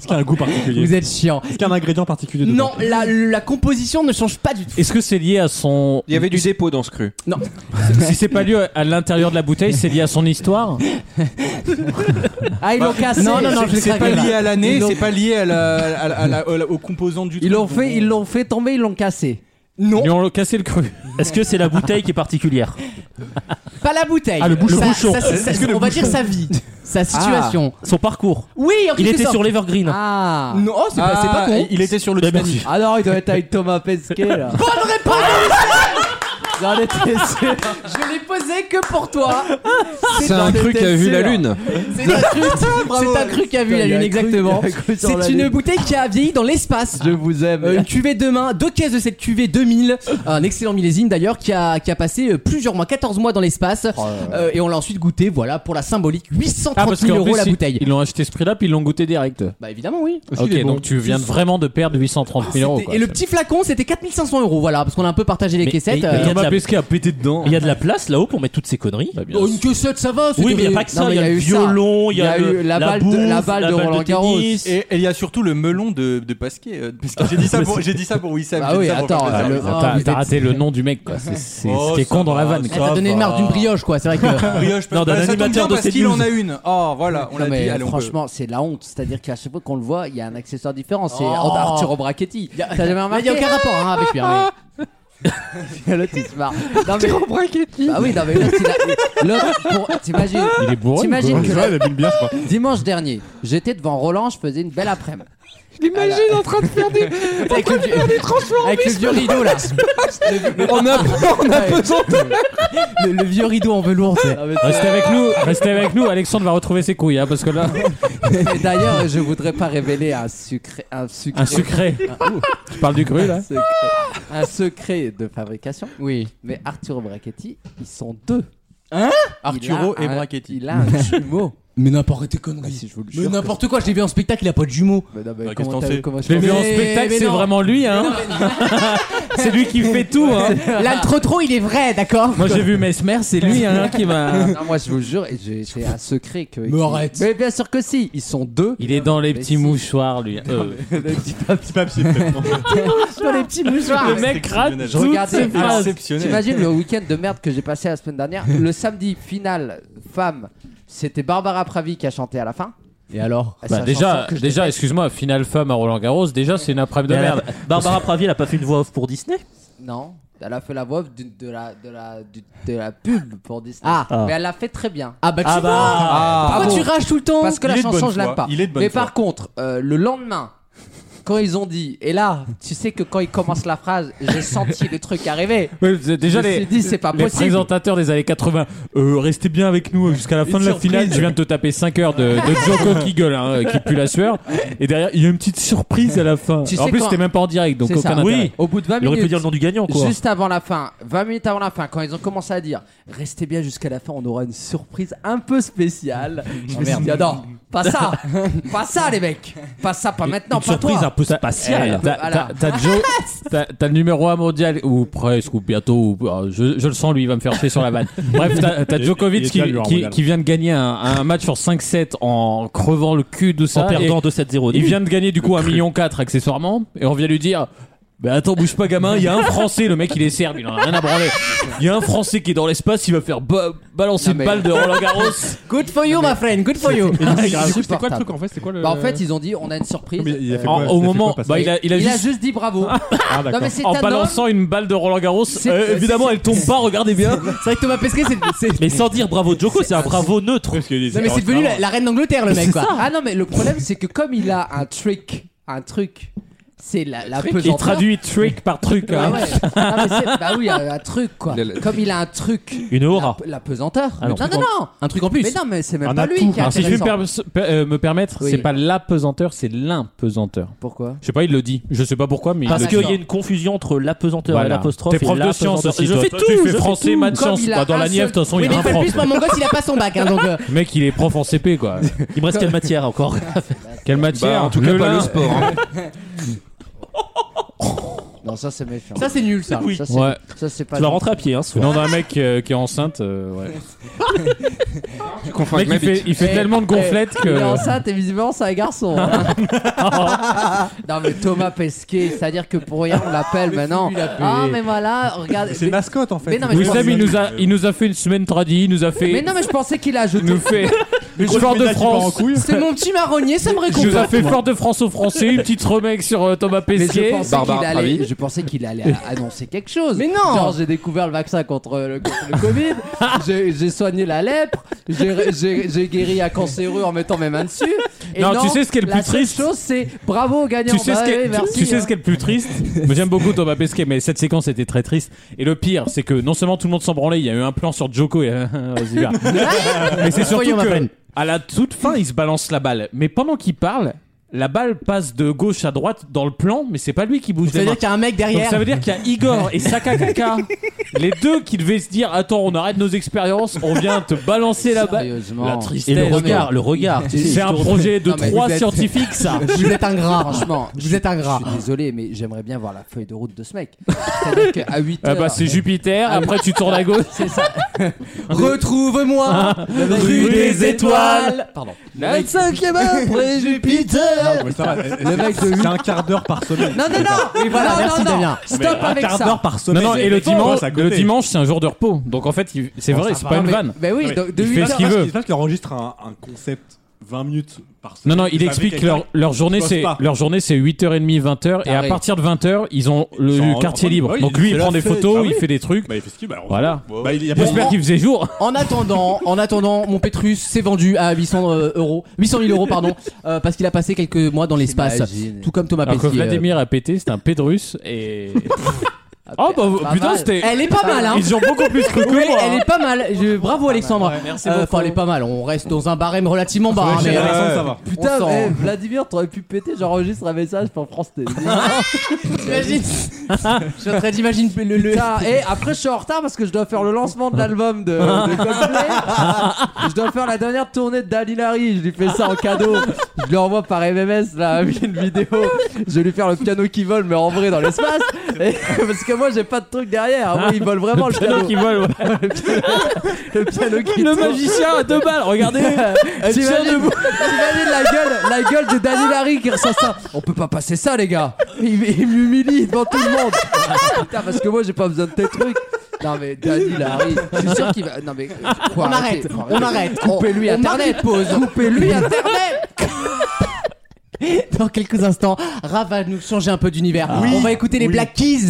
H: qu'il y a un goût particulier
B: Vous êtes chiant.
H: Est-ce qu'il y a un ingrédient particulier dedans
B: Non, la, la composition ne change pas du tout.
L: Est-ce que c'est lié à son...
E: Il y avait du dépôt dans ce cru.
L: Si c'est pas lié à l'intérieur de la bouteille, c'est lié à son histoire
C: Ah, ils l'ont cassé
B: non, non, non,
K: C'est-
B: je vais
K: C'est pas
B: craquer,
K: lié à l'année,
C: Ils l'ont-
K: c'est pas lié à la, à la- à la- au- au- aux composants du truc.
C: Ils l'ont fait, ils l'ont fait tomber, ils l'ont cassé.
B: Non,
L: Ils lui ont cassé le cru.
D: Est-ce que c'est la bouteille qui est particulière
B: pas la bouteille.
L: Ah, le bouchon.
B: Ça-
L: Le bouchon.
B: ça- ça- ça- on va dire sa vie, sa situation.
D: Son parcours
B: Oui, en
D: Il
B: quelque
D: était
B: sorte.
D: sur l'Evergreen.
C: Ah
B: Non, oh, c'est pas, c'est pas
K: Ah,
B: con.
L: Eh ben,
K: il était sur le
D: Bah,
K: Titanic.
C: Ah non, il doit être avec Thomas Pesquet là.
B: Bonne réponse
C: J'en étais sûr. Je l'ai posé que pour toi.
E: C'est un
C: j'en
E: cru qui a
C: étais
E: vu la
C: sûr.
E: lune.
B: C'est un cru, c'est un cru qui a vu la
C: Il y a
B: lune,
C: un cru-
B: exactement.
C: il y a un cru sur la
B: C'est une
C: lune.
B: bouteille qui a vieilli dans l'espace.
C: Je vous aime.
B: Euh, une cuvée de main, deux caisses de cette cuvée 2000, un excellent millésime d'ailleurs qui a, qui a passé euh, plusieurs mois, 14 mois dans l'espace. Euh, et on l'a ensuite goûté, voilà, pour la symbolique, 830 000
L: Ah, qu'en
B: euros
L: plus,
B: la
L: ils-
B: bouteille.
L: Ils l'ont acheté ce prix-là, puis ils l'ont goûté direct.
B: Bah évidemment, oui.
L: Ok, donc tu viens de vraiment de perdre 830 000 euros.
B: C'était-
L: Oh, quoi.
B: et le petit flacon, c'était 4500 euros, voilà, parce qu'on a un peu partagé les
D: Mais-
B: caissettes.
D: mais-
B: euh,
D: mais-
H: Thomas Pesquet a pété dedans.
D: Il y a de la place là-haut pour mettre toutes ces conneries.
L: bien
B: oh, une caissette, ça va.
D: Oui,
B: c'était-
D: mais il n'y a pas que
C: Non,
D: ça.
C: mais
D: Il y a
C: eu
D: le
C: ça.
D: violon, il y a
C: eu
D: le-
C: la balle de-
D: bouffe,
C: la balle de Roland Garros.
D: tennis.
K: Et et il y a surtout le melon de, de Pasquet. euh, parce que j'ai dit ça pour, j'ai dit ça pour Wissam.
C: Bah
K: j'ai dit
C: oui,
K: ça pour
C: attends,
K: faire plaisir.
C: le-
L: T'as-
C: Ah,
L: t'as-
C: vous
L: T'as
C: êtes-
L: raté le nom du mec, quoi. C'est c'est-
K: Oh,
L: ce qui est
K: ça
L: con dans la
K: va,
L: vanne.
B: Elle t'a donné le marre d'une brioche, quoi. C'est vrai que.
K: Brioche,
D: Non, d'un
K: ça tombe
D: animateur
K: bien
D: de
K: parce qu'il
D: CNews.
K: en a une. Oh, voilà, on
C: Non,
K: l'a
C: mais
K: dit. allez, on peut-
C: franchement, c'est la honte. C'est-à-dire qu'à chaque fois qu'on le voit, il y a un accessoire différent. C'est Arturo Brachetti. T'as jamais
B: Il
C: remarqué Ah.
B: n'y a aucun rapport hein, avec lui. hein,
C: L'autre, il se marre. Non, mais... Bah oui, non, mais l'autre, il a- l'autre, pour- t'imagines,
L: Il est bourré.
C: t'imagines que
H: Ouais, il a bu une bière, je crois.
C: dimanche dernier, j'étais devant Roland, je faisais une belle après-midi.
B: mais- avec le vieux- avec le vieux rideau là.
E: On a on a besoin
B: Le, le vieux rideau en velours. tu sais.
L: Restez avec nous, restez avec nous. Alexandre va retrouver ses couilles, hein, parce que là,
C: Et d'ailleurs, je voudrais pas révéler un secret, un secret,
L: un sucré. Tu parles du cru là
C: un secret, un secret de fabrication.
B: Oui.
C: Mais Arturo Brachetti, ils sont deux.
K: Arturo
C: Il a
K: et
C: un-
K: Brachetti.
C: Il a un jumeau.
B: Mais n'importe tes
C: Ah,
B: conneries.
C: si je vous le
B: Mais
C: jure.
B: n'importe quoi, je l'ai vu en spectacle, il a pas de jumeaux.
C: Mais non, mais
K: Bah,
C: comment
K: qu'est-ce
C: t'as-
K: qu'on sait
C: comment
L: Je l'ai vu en
B: Mais-
L: spectacle,
B: mais
L: c'est
B: non.
L: vraiment lui, hein. C'est lui qui fait tout, hein.
B: L'altro trop, il est vrai, d'accord
L: Moi j'ai vu Mesmer, c'est lui, hein, qui m'a.
C: Ah, Non, moi je vous jure, et j'ai- c'est un secret que.
B: Mais arrête.
C: Mais bien sûr que si, ils sont deux.
L: Il est dans les
C: Mais si.
L: petits mouchoirs, lui. Euh,
H: Petit papier, peut-être.
C: Dans les petits mouchoirs.
L: Le mec rate
K: exceptionnel.
C: Je regardais.
L: toutes ses phrases.
K: Exceptionnel.
C: T'imagines le week-end de merde que j'ai passé la semaine dernière. Le samedi final femme, c'était Barbara Pravi qui a chanté à la fin.
B: Et alors
C: C'est
L: Bah
C: la
L: déjà,
C: chanson que je
L: déjà, excuse-moi, finale femme à Roland Garros, déjà c'est une après-midi de
D: Mais
L: merde.
D: elle a- Barbara Pravi, elle a pas fait une voix off pour Disney
C: déteste. Non, elle a fait la voix du- de la de la du- de la pub pour Disney.
B: Ah.
C: mais elle l'a fait très bien.
B: Ah bah tu
D: Ah
B: vois
K: Ah,
B: Pourquoi
C: bravo.
B: tu rages tout le temps
C: Parce que
K: Il
C: la
K: est de
C: chanson,
K: bonne
C: je l'aime
K: foi.
C: pas.
K: Il est de bonne
C: mais
K: foi.
C: par contre, euh, le lendemain, quand ils ont dit, et là, tu sais que quand ils commencent la phrase, j'ai senti le truc arriver.
L: Ouais, vous êtes déjà
C: Je me
L: les,
C: suis dit, c'est pas
L: les
C: possible.
L: présentateurs des années 80, euh, restez bien avec nous jusqu'à la fin de la finale. Je viens de te taper 5 heures de, de Joko qui gueule, hein, euh, qui pue la sueur. Et derrière, il y a une petite surprise à la fin.
C: Tu
L: en
C: sais
L: plus,
C: quand-
L: c'était même pas en direct, donc
C: C'est
L: aucun
C: ça.
L: intérêt.
D: Oui.
C: Au bout de 20
D: Il aurait pu
C: minutes,
D: dire le nom du gagnant, quoi.
C: Juste avant la fin, 20 minutes avant la fin, quand ils ont commencé à dire restez bien jusqu'à la fin, on aura une surprise un peu spéciale. Je me suis dit, ah non, pas ça, pas ça les mecs, pas ça, pas maintenant,
D: Une
C: pas
D: surprise un
C: toi.
D: peu
L: Eh,
D: spatiale.
L: t'as-
C: Voilà.
L: t'as- T'as Joe- t'as- t'as le numéro 1 mondial, ou presque, ou bientôt, ou- ah, je, je le sens, lui, il va me faire chier sur la vanne. Bref, t'as t'as
H: Il est-
L: Djokovic
H: il est
L: qui,
H: déjà numéro un
L: qui-
H: mondial.
L: qui vient de gagner un, un match sur 5-7 en crevant le cul de ça.
D: en
L: et-
D: perdant 2-7-0.
L: Il vient de gagner du coup 1,4 million accessoirement et on vient lui dire bah attends bouge pas gamin, il y a un français, le mec il est serbe, il en a rien à branler. Il y a un français qui est dans l'espace, il va faire ba- balancer
C: Non,
L: une
C: mais-
L: balle de Roland Garros.
B: Good for you, my friend, good for you
H: Du coup, c'était quoi
C: Insupportable.
H: le truc en fait C'était quoi le.
C: Bah, en fait, ils ont dit on a une surprise.
H: Mais il a
D: Ah,
H: fait
L: En-
H: quoi Il
L: au
H: a fait
L: moment,
H: quoi, Pascal
L: bah, il a, il a
C: Il a
L: juste,
C: juste dit bravo.
H: Ah,
C: non
H: d'accord.
C: mais c'est
L: en
C: un homme.
L: balançant une balle de Roland Garros,
C: C'est-
L: euh, évidemment elle tombe pas, regardez bien.
B: C'est vrai que Thomas Pesquet, c'est- c'est.
D: Mais sans dire bravo Joko, c'est un bravo neutre.
H: Parce qu'il
B: Non mais c'est devenu la, la reine d'Angleterre le mec quoi
C: Ah non mais le problème c'est que comme il a un trick, un truc, c'est la, la
L: Il
C: pesanteur.
L: traduit trick par truc.
C: Ah
L: hein.
C: ouais. Ah, mais c'est- bah oui, un, un truc quoi.
E: Le- le-
C: Comme il a un truc,
D: Une aura.
C: la, la pesanteur.
D: Ah non.
C: non non non.
B: Un truc en plus
C: Mais non mais c'est même
H: Un
C: pas lui
H: atout.
C: qui est
L: Alors, Ah, si je puis me,
C: intéressant.
L: per- per- euh, me permettre,
C: Oui.
L: c'est pas la pesanteur, c'est l'impesanteur.
C: Pourquoi
L: Je sais pas, il le dit. Je sais pas pourquoi, mais il
D: Parce
L: le
D: qu'il
L: dit.
D: y a une confusion entre l'apesanteur et l'apostrophe.
L: T'es
D: et
L: prof de sciences
D: l'apesanteur.
L: aussi,
D: Je
L: toi.
D: fais
L: Toi,
D: tout.
L: tu
D: je
L: fais français,
D: tout.
L: maths,
C: Comme
L: sciences.
C: il a
L: Bah, dans
C: un
L: la Nièvre, de
C: seul-
L: toute façon,
B: Oui
L: il y
B: mais
L: a
B: une
L: un
B: fois de
L: prof.
B: plus moi mon gosse il a pas son bac hein, donc euh,
L: Mec, il est prof en CP, quoi.
D: Il me reste quelle matière encore
L: Quelle matière
E: Bah, en tout cas,
L: Le
E: pas
L: lin.
E: le sport. hein.
C: Non ça c'est méchant.
B: ça c'est nul ça
C: Ça, c'est-
L: Ouais.
C: ça, c'est pas.
D: Tu vas rentrer à pied, hein, ce
L: Le
D: soir.
L: nom d'un mec euh, qui est enceinte, euh, ouais.
E: Tu confonds avec
L: Mec,
E: ma
L: il fait,
E: bite.
L: il fait
C: Eh,
L: tellement de gonflettes
C: Il est
L: que.
C: enceinte, et visiblement, c'est un garçon. hein. non, mais Thomas Pesquet, c'est-à-dire que pour rien, on l'appelle maintenant. Ah, mais voilà, regarde.
H: C'est une mascotte en fait.
C: Mais non, mais je
L: Wissam,
C: pense-
L: il nous a, il nous a fait une semaine tradie, il nous a fait.
C: Mais non, mais je pensais qu'il a
L: il
C: ajouté.
L: nous fait.
H: Les grosses
L: Fort de
H: médailles qui partent en
L: France.
H: couille.
B: C'est mon petit marronnier, ça me
L: Je vous ai
B: réconforte.
L: fait fort de France aux Français, une petite remake sur euh, Thomas
C: Mais je
L: Pesquet.
C: pensais
E: Barbara
C: qu'il allait,
E: Pravi.
C: je pensais qu'il allait annoncer quelque chose.
B: Mais non
C: Genre, j'ai découvert le vaccin contre le, contre le Covid, j'ai j'ai soigné la lèpre, j'ai- j'ai j'ai guéri un cancéreux en mettant mes mains dessus. Et
L: Non, tu sais ce qui est le
C: la
L: plus
C: seule
L: triste
C: chose, c'est bravo aux gagnants.
L: Tu sais, ce
C: Bah
L: qui est,
C: ouais,
L: tu-
C: merci,
L: tu sais
C: hein.
L: ce qui est le plus triste Moi, J'aime beaucoup Thomas Pesquet, mais cette séquence était très triste. Et le pire, c'est que non seulement tout le monde s'en branlait, il y a eu un plan sur Joko. Et... Vas-y, viens. mais c'est surtout
B: Voyons, ma
L: que,
B: friend.
L: à la toute fin, il se balance la balle. Mais pendant qu'il parle, la balle passe de gauche à droite dans le plan, mais c'est pas lui qui bouge
B: Ça
L: les
B: veut
L: mains.
B: dire qu'il y a un mec
L: Donc
B: derrière.
L: ça veut dire qu'il y a Igor et Sakakaka, les deux qui devaient se dire Attends, on arrête nos expériences, on vient te balancer la balle.
C: Sérieusement.
L: Bah, La tristesse.
D: Et le regard, le regard. tu sais,
L: C'est un projet de
C: Non, mais
L: trois
C: vous êtes-
L: scientifiques, ça.
B: Vous êtes ingrat.
C: Franchement,
B: Vous êtes ingrat.
C: je suis désolé, mais j'aimerais bien voir la feuille de route de ce mec. C'est-à-dire qu'à 8
L: Ah
C: heures,
L: bah c'est Jupiter, après tu tournes à gauche.
B: Retrouve-moi
L: Rue
B: rue des
L: des
B: étoiles. Ah, Pardon.
C: Le 5e après Jupiter.
H: Mais ça va, c'est-
C: Le mec de
H: C'est un quart d'heure par semaine.
C: Non, non, non
B: Et voilà,
C: Non,
B: merci
C: non, non.
B: Damien.
H: Mais
C: Stop avec
H: Un quart
C: ça
H: d'heure par
L: Non,
H: semaine.
L: non, et le
H: Mais
L: dimanche,
H: c'est à
L: le
H: côté.
L: dimanche c'est un jour de repos. Donc en fait, il- c'est vrai, c'est pas
C: Non,
L: une
C: mais-
L: vanne.
B: ben
C: Mais oui,
H: Oui,
C: de, de
L: il
C: huit
L: fait
H: Mais
L: ce
C: heures-
L: qu'il
H: parce
L: veut.
H: qu'il- parce qu'il enregistre un, un concept 20 minutes par
L: Non,
H: semaine.
L: non, il
H: Avec
L: explique
H: quelqu'un.
L: leur, leur journée,
H: bosse
L: c'est
H: pas.
L: leur journée, c'est 8h30, 20h, et à
C: Carré.
L: partir de 20h, ils ont le
H: Ils sont en-
L: quartier
H: en-
L: libre.
H: ouais,
L: Donc
H: il
L: lui,
H: fait
L: il
H: la
L: prend des
H: fête.
L: photos,
H: Ah
L: il
H: oui.
L: fait des trucs.
H: Bah, il fait ce qu'il veut.
L: Voilà.
H: Bah, il y a pas
L: J'espère qu'il faisait jour.
B: En attendant, en attendant, mon Pétrus s'est vendu à 800 euh, euros, 800 000 euros pardon, euh, parce qu'il a passé quelques mois dans l'espace,
C: T'imagines.
B: tout comme Thomas
L: Alors que
B: Pesquet. euh.
L: Vladimir a pété, c'était un pédrus, et.
H: Ah,
L: Oh bah
C: Pas
L: putain,
C: mal.
L: c'était.
B: Elle est pas mal,
H: bah.
B: hein.
L: Ils ont beaucoup plus cru que
B: Oui,
L: moi.
B: elle est pas mal. Je- bravo Alexandre.
K: merci
B: Euh,
K: beaucoup.
B: Enfin, elle est pas mal. On reste dans un barème relativement bas. hein,
H: Ouais,
B: mais,
H: j'ai
B: euh,
H: l'impression que ça va.
C: Putain,
B: On sent.
C: eh, Vladimir, t'aurais pu péter, j'enregistre un message pour France Télé.
B: T'imagines Je suis en train d'imaginer le. le...
C: Putain, et après je suis en retard parce que je dois faire le lancement de l'album de, de Coldplay. je dois faire la dernière tournée de Dali Larry. Je lui fais ça en cadeau. Je lui envoie par MMS là une vidéo. Je vais lui faire le piano qui vole mais en vrai dans l'espace. Et- Parce que moi j'ai pas de truc derrière. Moi, il vole vraiment le, piano.
H: Ah,
L: qui vole,
H: bah,
L: ouais.
C: Le piano qui
L: Le
C: tourne.
L: magicien à deux balles, regardez.
C: T'imagines t'imagines la gueule, la gueule de Dani Larry qui ressent ça. On peut pas passer ça, les gars. Il, il m'humilie devant tout le monde. Ah, Putain, parce que moi j'ai pas besoin de tes trucs. Non mais Dani Larry, je suis sûr qu'il va. Non mais euh, faut
B: On
C: arrêter,
B: arrête,
C: faut
B: on
C: arrêter.
B: arrête. On-
C: Coupez-lui
B: on
C: Internet.
B: marque une pause.
C: Coupez-lui Internet.
B: Dans quelques instants, Rav va nous changer un peu d'univers.
F: Ah.
B: on va écouter les Black Keys,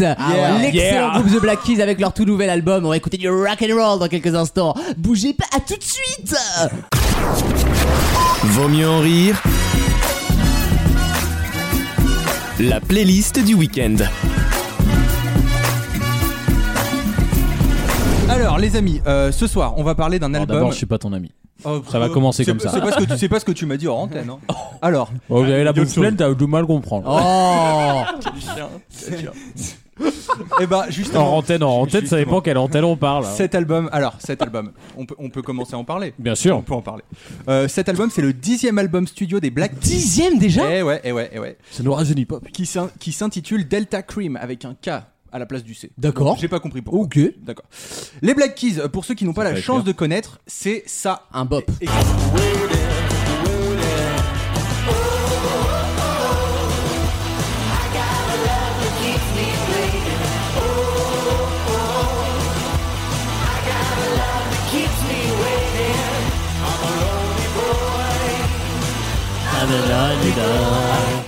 B: l'excellent
L: Yeah.
B: groupe The Black Keys avec leur tout nouvel album. On va écouter du rock and roll dans quelques instants. Bougez pas, à tout de suite.
A: Vaut mieux en rire. La playlist du week-end.
F: Alors, les amis, euh, ce soir, on va parler d'un album.
H: bah.
L: D'abord, je suis pas ton ami.
F: Oh,
L: ça va
F: euh,
L: commencer
F: c'est-
L: comme ça.
F: C'est pas ce que tu, c'est pas ce que tu m'as dit en antenne. hein. Alors,
L: Oh, vous avez la
H: il y a
L: bouche
H: autre chose.
L: pleine, t'as du mal à comprendre.
B: Oh,
F: eh ben,
L: En
H: Oh.
F: justement,
L: antenne, en antenne, ça dépend quelle antenne on parle. hein.
F: cet album. Alors, cet album, on peut, on peut commencer à en parler.
L: Bien
F: On
L: sûr.
F: peut en parler. Euh, cet album, c'est le dixième album studio des Black Keys.
B: dixième déjà.
F: Eh ouais, eh ouais, eh ouais.
L: Ça nous rajeunit pas.
F: Qui s'in- qui s'intitule Delta Cream avec un K à la place du C.
B: D'accord.
F: J'ai pas compris pourquoi.
B: Ok.
F: D'accord. Les Black Keys, euh, pour ceux qui n'ont pas la chance de connaître, c'est ça.
B: Un bop.
F: Et-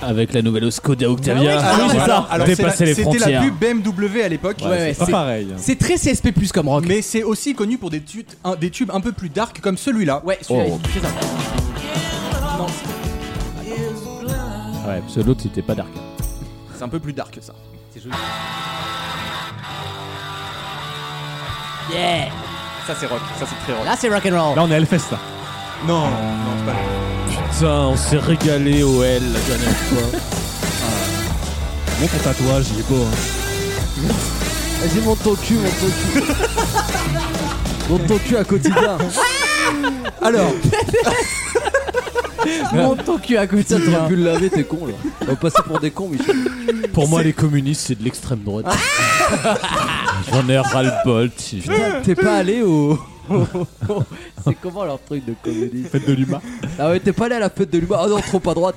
L: Avec la nouvelle Skoda
H: Ah
L: Octavia.
B: Ah,
F: Alors, alors, alors, c'est la-
L: Dépasser les
F: C'était la
L: frontières.
F: pub BMW à l'époque.
B: Ouais, ouais,
H: Pas
B: c'est-
H: pareil.
B: c'est très CSP plus comme rock.
F: Mais c'est aussi connu pour des, tutes- un- des tubes un peu plus dark comme celui-là.
B: Ouais, celui-là,
L: Oh.
B: il- c'est ça.
L: Ouais, parce que l'autre, c'était pas dark.
F: C'est un peu plus dark que ça.
B: Yeah.
F: Ça c'est rock, ça c'est très rock.
B: Là, c'est rock and roll.
H: Là, on est à Hellfest. là.
F: Non, non, c'est pas le-
L: Putain, on s'est régalé au L la dernière fois.
H: Bon, ton Ah. tatouage, il est beau. hein.
C: Vas-y monte ton cul, monte ton cul. Monte ton cul à quotidien.
F: Alors,
B: Monte ton cul à côté.
C: Putain, t'aurais pu le laver, t'es con là. On va passer pour des cons, Michel.
L: Pour moi, les communistes, c'est de l'extrême droite. J'en ai ras le bol.
C: T'es pas allé au. C'est comment leur truc de comédie
H: Fête de Luma.
C: Oh Ah ouais, t'es pas allé à la fête de l'humain. Ah non, trop à droite.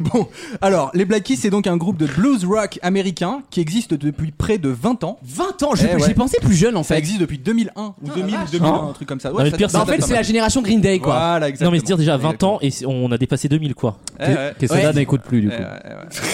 F: Bon, alors, les Black Keys, c'est donc un groupe de blues rock américain qui existe depuis près de 20 ans.
B: 20 ans, je-
F: Eh ouais.
B: j'y pensais plus Ah, jeune en
F: Ça
B: fait.
F: existe depuis 2001 ou 2000, 2001, un truc comme ça.
D: Non, mais
F: ça
D: le pire,
F: date-
B: Bah, en
F: ça
B: fait,
F: date
B: c'est
F: pas
B: la
F: mal.
B: génération Green Day quoi.
F: Voilà,
D: Non,
F: exactement.
D: mais se dire déjà 20 ans et c'est- on a dépassé 2000 quoi.
F: Eh ouais.
D: Que
B: Ouais.
D: cela n'écoute plus du coup.
F: Eh ouais, eh ouais.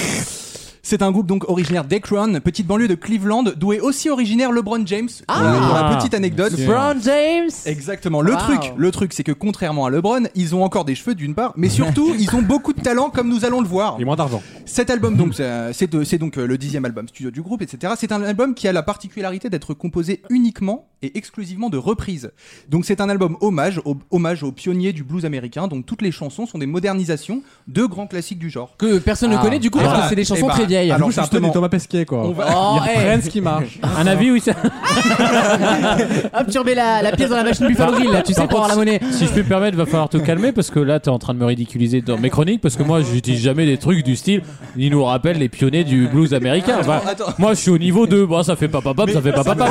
F: C'est un groupe donc originaire d'Akron, petite banlieue de Cleveland, d'où est aussi originaire LeBron James.
B: Ah.
F: Euh, pour la petite anecdote.
C: LeBron James
F: Exactement. Le
C: Wow.
F: truc, le truc, c'est que contrairement à LeBron, ils ont encore des cheveux d'une part, mais surtout, ils ont beaucoup de talent, comme nous allons le voir.
H: Et moins d'argent.
F: Cet album, donc, c'est, euh, c'est de- c'est donc euh, le dixième album studio du groupe, etc. C'est un album qui a la particularité d'être composé uniquement et exclusivement de reprises. Donc, c'est un album hommage, au- hommage aux pionniers du blues américain. Donc, toutes les chansons sont des modernisations de grands classiques du genre.
B: Que personne ne connaît du coup
F: Ah.
B: parce
F: Eh
B: que c'est des
F: bah,
B: chansons
F: eh bah,
B: très vieilles.
F: alors,
H: Alors, c'est un peu
F: justement-
H: du Thomas Pesquet, quoi.
F: On va-
B: Oh,
H: Ils
B: hey,
H: reprennent ce qui marche.
D: Un avis, oui, ça.
B: hop, tu remets la, la pièce dans la machine Buffalo Grill là, tu sais,
D: Par
B: pour avoir la
D: contre,
B: monnaie.
D: Si je peux me permettre, va falloir te calmer parce que là, t'es en train de me ridiculiser dans mes chroniques parce que moi, j'utilise jamais des trucs du style. Il nous rappelle les pionniers du blues américain. Bah,
F: attends.
D: Moi, je suis au niveau 2. Bon, ça fait pas papa, ça fait pas papa.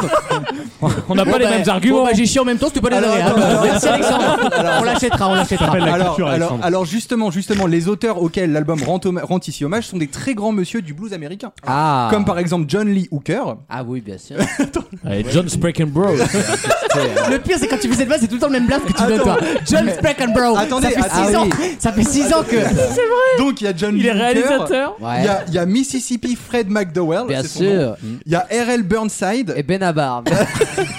D: On n'a pas les
B: Bon, bah,
D: mêmes
B: Bon,
D: arguments.
B: bah, j'ai chié en même temps, c'était pas les
F: Alors,
B: derniers.
F: attends,
B: hein.
F: attends,
B: Merci Alexandre. on l'achètera, on l'achètera.
H: Appelle la
F: alors,
H: culture,
F: alors-
H: Alexandre.
F: alors, justement, justement, les auteurs auxquels l'album rend, homa- rend ici hommage sont des très grands messieurs du blues américain.
C: Ah
F: Comme par exemple John Lee Hooker.
C: Ah oui, bien sûr.
D: Allez, John Sprakenbro.
B: Le pire, c'est quand tu fais cette base, c'est tout le temps le même blast que tu donnes, toi. John Sprack and Bro.
F: Attendez,
B: ça fait
F: ah
B: 6 ans. Ça fait 6 ans que.
F: Donc il y a John Lee Hooker. Il
C: Ouais,
F: y, a, il y a Mississippi Fred McDowell.
C: bien
F: c'est son nom.
C: sûr.
F: Il y a RL Burnside.
C: Et Benabar.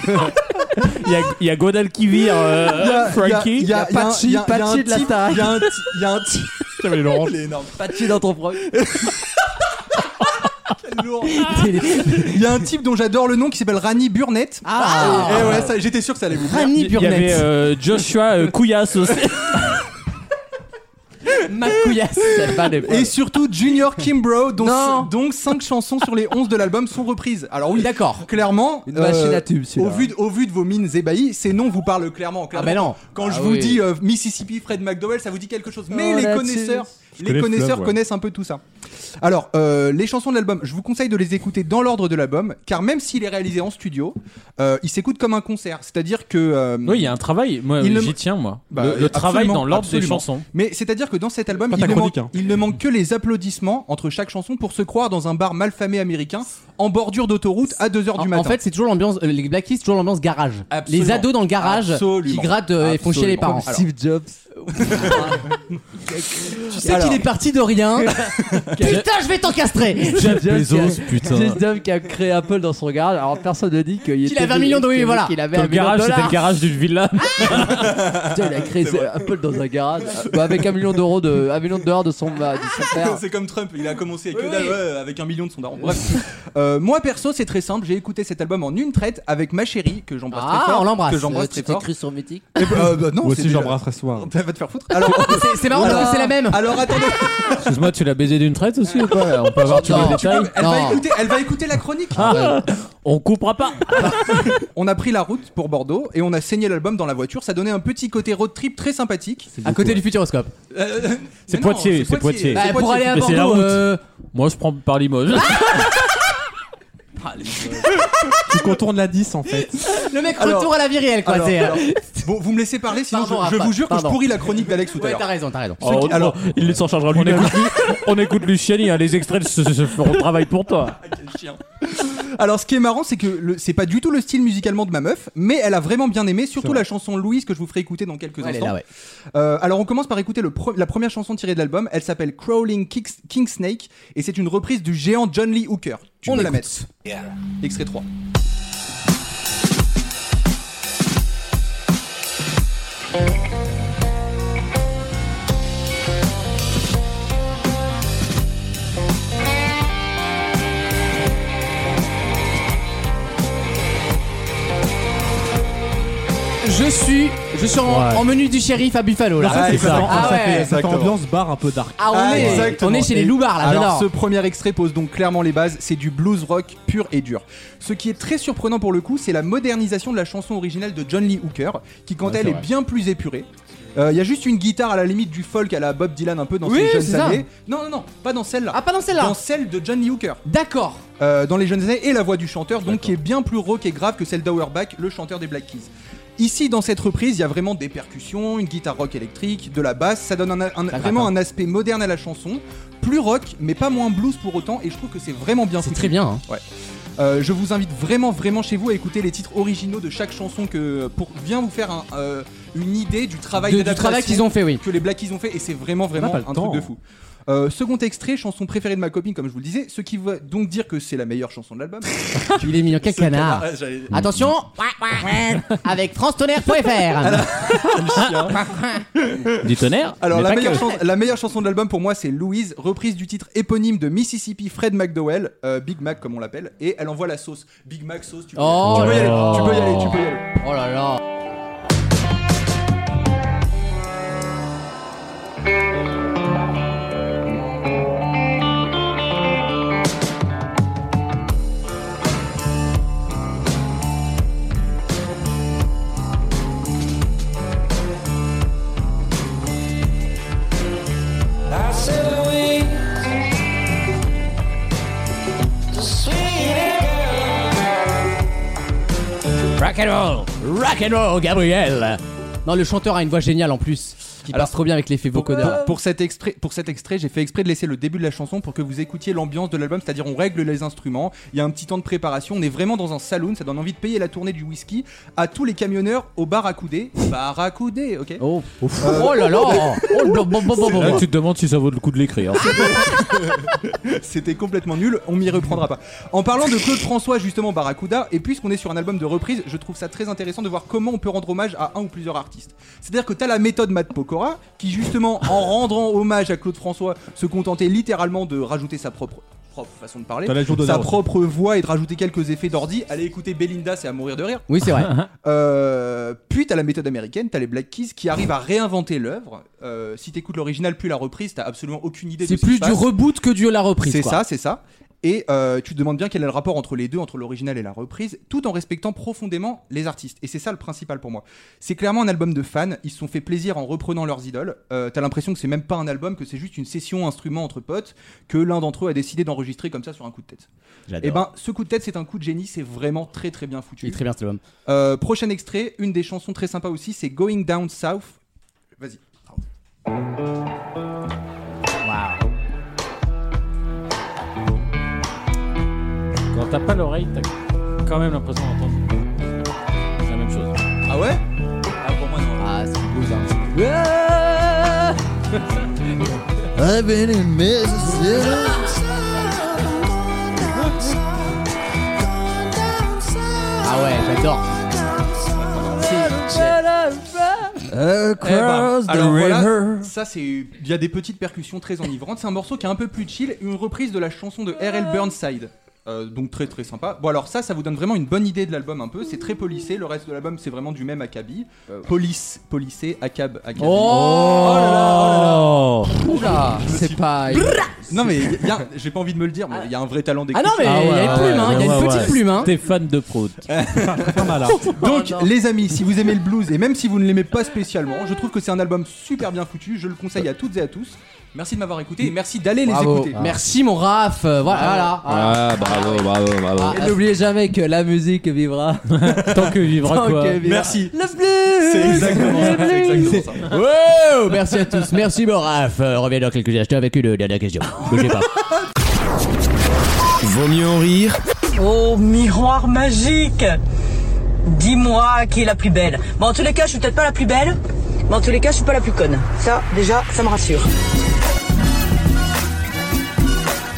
D: Il y a- il y a, Godal qui vire euh,
F: Il y a-
D: Frankie.
F: il y a- il y a-
C: Patchy,
F: il y a- il y a un
C: Patchy de la
F: type-
C: Starac.
F: Il y a un type- il y a un type. Il est énorme.
C: Pas de cul dans ton projet.
F: Il y a un type dont j'adore le nom qui s'appelle Rani Burnett.
B: Ah.
F: Eh ouais, ça- j'étais sûr que ça allait vous plaire.
B: Rani
D: Il y avait
B: Burnett.
D: euh, Joshua euh, Couillasse aussi.
B: Macouillasse.
C: C'est pas des
F: Et surtout Junior Kimbrough, dont,
B: Non.
F: donc 5 chansons sur les 11 de l'album sont reprises. Alors oui,
B: D'accord.
F: clairement,
C: Une
F: euh,
C: machine à tube,
F: au
C: celui-là. hein.
F: vu, de, au vu de vos mines ébahies, ces noms vous parlent clairement.
B: Ah,
F: clairement.
B: bah non.
F: Quand
C: Ah
F: je vous
C: oui.
F: dis euh, Mississippi Fred McDowell, ça vous dit quelque chose. Mais
C: Oh,
F: les
C: là-dessus.
F: connaisseurs, les
H: connais
F: connaisseurs
H: Fleuve, ouais.
F: connaissent un peu tout ça. Alors, euh, les chansons de l'album, je vous conseille de les écouter dans l'ordre de l'album, car même s'il est réalisé en studio, euh, il s'écoute comme un concert. C'est-à-dire que. euh,
L: Oui,
H: hein.
L: il y a un travail. Moi,
F: Il ne-
L: j'y tiens, moi.
F: Bah,
L: le le
F: absolument,
L: travail dans l'ordre des
F: absolument.
L: chansons.
F: Mais c'est-à-dire que dans cet album,
H: Pas
F: il
H: ta
F: ne, manque,
H: chronique, hein.
F: il ne manque que les applaudissements entre chaque chanson pour se croire dans un bar malfamé américain en bordure d'autoroute à 2h
B: En,
F: du
B: en
F: matin.
B: fait, c'est toujours l'ambiance. euh, les Black Keys, c'est toujours l'ambiance garage.
F: Absolument.
B: Les ados dans le garage
F: Absolument.
B: qui grattent euh, et font chier les
F: Absolument.
B: parents.
F: Alors-
C: Steve Jobs.
B: Tu sais qu'il est parti de rien. Putain, je vais t'encastrer.
C: Jeff Bezos,
D: putain.
C: Jeff Bezos qui a créé Apple dans son garage. Alors personne ne dit qu'il
B: Qu'il avait un million de- oui, voilà.
C: Qu'il avait
D: Ton
C: un million de
D: garage, c'était
C: dollars. Ah,
D: le garage d'une villa.
C: Putain, il a créé Apple dans un garage. Bah, avec un million d'euros de, un million de dollars de son, bah, de son père.
F: C'est comme Trump, il a commencé avec, que dalle, ouais, avec un million de son daron. Bref. Euh, moi perso, c'est très simple. J'ai écouté cet album en une traite avec ma chérie que j'embrasse
B: Ah,
F: très fort.
B: on l'embrasse.
F: Que
C: Euh,
F: j'embrasse
C: tu
F: très
C: t'es
F: fort.
C: cru sur Mythique
F: Eh ben, euh, bah non,
H: Moi
F: c'est
H: aussi,
F: déjà-
H: j'embrasserai ce soir.
F: Va te faire foutre. Alors,
B: C'est- C'est marrant parce que c'est la même.
F: alors attendez,
D: Excuse-moi, tu l'as baisé d'une traite aussi ou pas On peut avoir tous
B: Non,
D: les
B: tu
D: détails.
F: elle
B: Non.
F: va, écouter, elle va écouter la chronique.
D: Ah, on coupera pas.
F: On a pris la route pour Bordeaux et on a saigné l'album dans la voiture. Ça donnait un petit côté road trip très sympathique.
B: À côté du futuroscope.
F: Euh,
L: C'est
F: mais non,
L: Poitiers, c'est Poitiers.
B: Bah, pour aller à
L: Mais c'est la
B: Bordeaux,
L: route.
B: euh,
D: Moi, je prends par Limoges. Ah,
H: Tu contournes la 10, en fait.
B: le mec
F: Alors-
B: retour à la virile quoi.
F: Alors,
B: c'est, euh,
F: alors, vous, vous me laissez parler, sinon
B: Pardon,
F: je, je
B: Rafa,
F: vous jure que
B: pardon.
F: je pourris la chronique d'Alex tout à
B: Ouais,
F: l'heure.
B: t'as raison, t'as raison.
D: Oh,
F: qui- alors-
D: oh, il s'en chargera lui-même. On écoute, on écoute Luciani, hein, les extraits se, se feront le travail pour toi.
F: Alors, ce qui est marrant, c'est que le- c'est pas du tout le style musicalement de ma meuf, mais elle a vraiment bien aimé, surtout la chanson Louise que je vous ferai écouter dans quelques
B: Elle est
F: instants.
B: là, ouais.
F: Euh, alors, on commence par écouter le pre- la première chanson tirée de l'album. Elle s'appelle Crawling King, King Snake et c'est une reprise du géant John Lee Hooker. on ne la met. Extrait 3.
B: Je suis, je suis en,
D: Ouais.
B: en menu du shérif à Buffalo là.
H: ça, c'est ça.
B: Ah
H: ça,
B: ouais.
H: fait, ça fait
F: Exactement.
H: ambiance bar un peu dark.
B: Ah, on,
F: Ah,
B: est,
F: exactement.
B: on est chez les
F: Et-
B: loupards là,
F: Alors
B: j'adore.
F: ce premier extrait pose donc clairement les bases, c'est du blues rock pur et dur. Ce qui est très surprenant pour le coup, c'est la modernisation de la chanson originale de John Lee Hooker, qui quand elle est, bien plus épurée. Euh, Il y a juste une guitare à la limite du folk à la Bob Dylan un peu dans
B: Oui,
F: ses
B: c'est
F: jeunes
B: ça.
F: années. Non, non, non, pas dans celle-là.
B: Ah pas dans celle-là.
F: dans celle de John Lee Hooker,
B: D'accord.
F: euh, dans les jeunes années, et la voix du chanteur, donc qui est bien plus rauque et grave que celle d'Auerbach, le chanteur des Black Keys. Ici, dans cette reprise, il y a vraiment des percussions, une guitare rock électrique, de la basse, ça donne un, un- vraiment un aspect moderne à la chanson, plus rock, mais pas moins blues pour autant, et je trouve que c'est vraiment bien.
B: C'est
F: foutu.
B: très bien. hein.
F: Ouais. Euh, je vous invite vraiment, vraiment chez vous à écouter les titres originaux de chaque chanson que pour bien vous faire un, euh, une idée du travail
B: De- du
F: d'adaptation
B: travail qu'ils ont fait, oui.
F: que les Blackies ont fait, et c'est vraiment, vraiment
D: pas le
F: un
D: temps. hein.
F: truc de fou. Euh, second extrait, chanson préférée de ma copine, comme je vous le disais, ce qui veut donc dire que c'est la meilleure chanson de l'album.
B: Il est mignon, quel
F: Ce canard,
B: canard.
F: ouais, j'allais-
B: Attention, avec francetonnerre.fr.
D: Du tonnerre
F: Alors
D: mais
F: la
D: pas
F: meilleure,
D: que.
F: chan- la meilleure chanson de l'album pour moi c'est Louise, reprise du titre éponyme de Mississippi Fred McDowell, euh, Big Mac comme on l'appelle, et elle envoie la sauce. Big Mac sauce, tu peux,
B: Oh
F: tu peux y
B: là
F: aller,
B: là.
F: tu peux y aller, tu peux y aller.
B: Oh là là.
O: I said, Louise, the sweet
B: Rock and roll, rock and roll, Gabriel. Non, le chanteur a une voix géniale en plus, qui passe trop bien avec l'effet vocoder.
F: Pour, pour cet extrait, pour cet extrait, j'ai fait exprès de laisser le début de la chanson pour que vous écoutiez l'ambiance de l'album, c'est-à-dire on règle les instruments, il y a un petit temps de préparation, on est vraiment dans un saloon, ça donne envie de payer la tournée du whisky à tous les camionneurs au bar à couder. Bar à couder, ok.
B: Oh, oh là là. Oh, bon, bon, bon, bon,
D: Là,
B: bon.
D: tu te demandes si ça vaut le coup de l'écrire.
F: C'était complètement nul, on m'y reprendra pas. En parlant de Claude François, justement, Barracuda, et puisqu'on est sur un album de reprise, je trouve ça très intéressant de voir comment on peut rendre hommage à un ou plusieurs artistes. C'est-à-dire que t'as la méthode Matt Pokora, qui justement, en rendant hommage à Claude François, se contentait littéralement de rajouter sa propre propre façon de parler,
H: T'as la jour
F: sa
H: d'honneur aussi.
F: propre voix et de rajouter quelques effets d'ordi. Allez écouter Belinda, c'est à mourir de rire.
B: Oui, c'est vrai.
F: Euh, puis t'as la méthode américaine, t'as les Black Keys qui arrivent à réinventer l'œuvre. Euh, si t'écoutes l'original puis la reprise, t'as absolument aucune idée. de
B: C'est
F: ce qui
B: plus
F: se
B: du
F: passe.
B: reboot que du la reprise.
F: C'est
B: quoi.
F: ça, c'est ça. Et euh, tu te demandes bien quel est le rapport entre les deux, entre l'original et la reprise, tout en respectant profondément les artistes. Et c'est ça le principal pour moi. C'est clairement un album de fans, ils se sont fait plaisir en reprenant leurs idoles. Euh, T'as l'impression que c'est même pas un album, que c'est juste une session instrument entre potes, que l'un d'entre eux a décidé d'enregistrer comme ça sur un coup de tête.
H: Eh
F: Et ben ce coup de tête, c'est un coup de génie, c'est vraiment très très bien foutu.
B: Il est très bien cet album.
F: Euh, prochain extrait, une des chansons très sympa aussi, c'est Going Down South. Vas-y.
D: Quand t'as pas l'oreille, t'as quand même l'impression d'entendre. C'est la même chose.
F: Ah ouais
K: Ah, pour moi, non.
B: Ah, c'est du blues, hein.
P: I've been in Mississippi.
B: Ah ouais, j'adore.
P: Across the
F: Eh ben, alors voilà,
P: river.
F: ça c'est il y a des petites percussions très enivrantes, c'est un morceau qui est un peu plus chill, une reprise de la chanson de RL Burnside. Euh, donc très très sympa. Bon alors ça ça vous donne vraiment une bonne idée de l'album un peu, c'est très policé, le reste de l'album c'est vraiment du même acabit.
H: Euh,
F: Police, policé, acab, acabit.
B: Oh
F: là là,
D: Oh
B: Oula, c'est pas.
F: oh là là. Non mais y- y a- j'ai pas envie de me le dire mais il y a un vrai talent
B: Ah
F: d'écriture.
B: non, mais il y a une plume, hein, il y a une petite plume. hein.
D: T'es fan de Prout.
H: Pas mal, hein.
F: Donc
B: Oh non.
F: les amis, si vous aimez le blues et même si vous ne l'aimez pas spécialement, je trouve que c'est un album super bien foutu, je le conseille à toutes et à tous. Merci de m'avoir écouté et merci d'aller les
B: Bravo.
F: écouter.
B: Merci mon Raph. euh, Voilà. voilà.
E: Ah, bravo, bravo, bravo.
B: Ah,
C: Et n'oubliez jamais que la musique vivra.
D: Tant que vivra quoi.
F: Merci.
B: Le blues
F: C'est exactement ça, c'est exactement ça.
B: Wow Merci à tous, merci mon Raph. Euh, reviens dans quelques instants avec une dernière question. Bougez pas.
A: Vaut mieux en rire
Q: Oh, miroir magique Dis-moi qui est la plus belle. Bon, en tous les cas, je suis peut-être pas la plus belle, mais en tous les cas, je suis pas la plus conne. Ça, déjà, ça me rassure.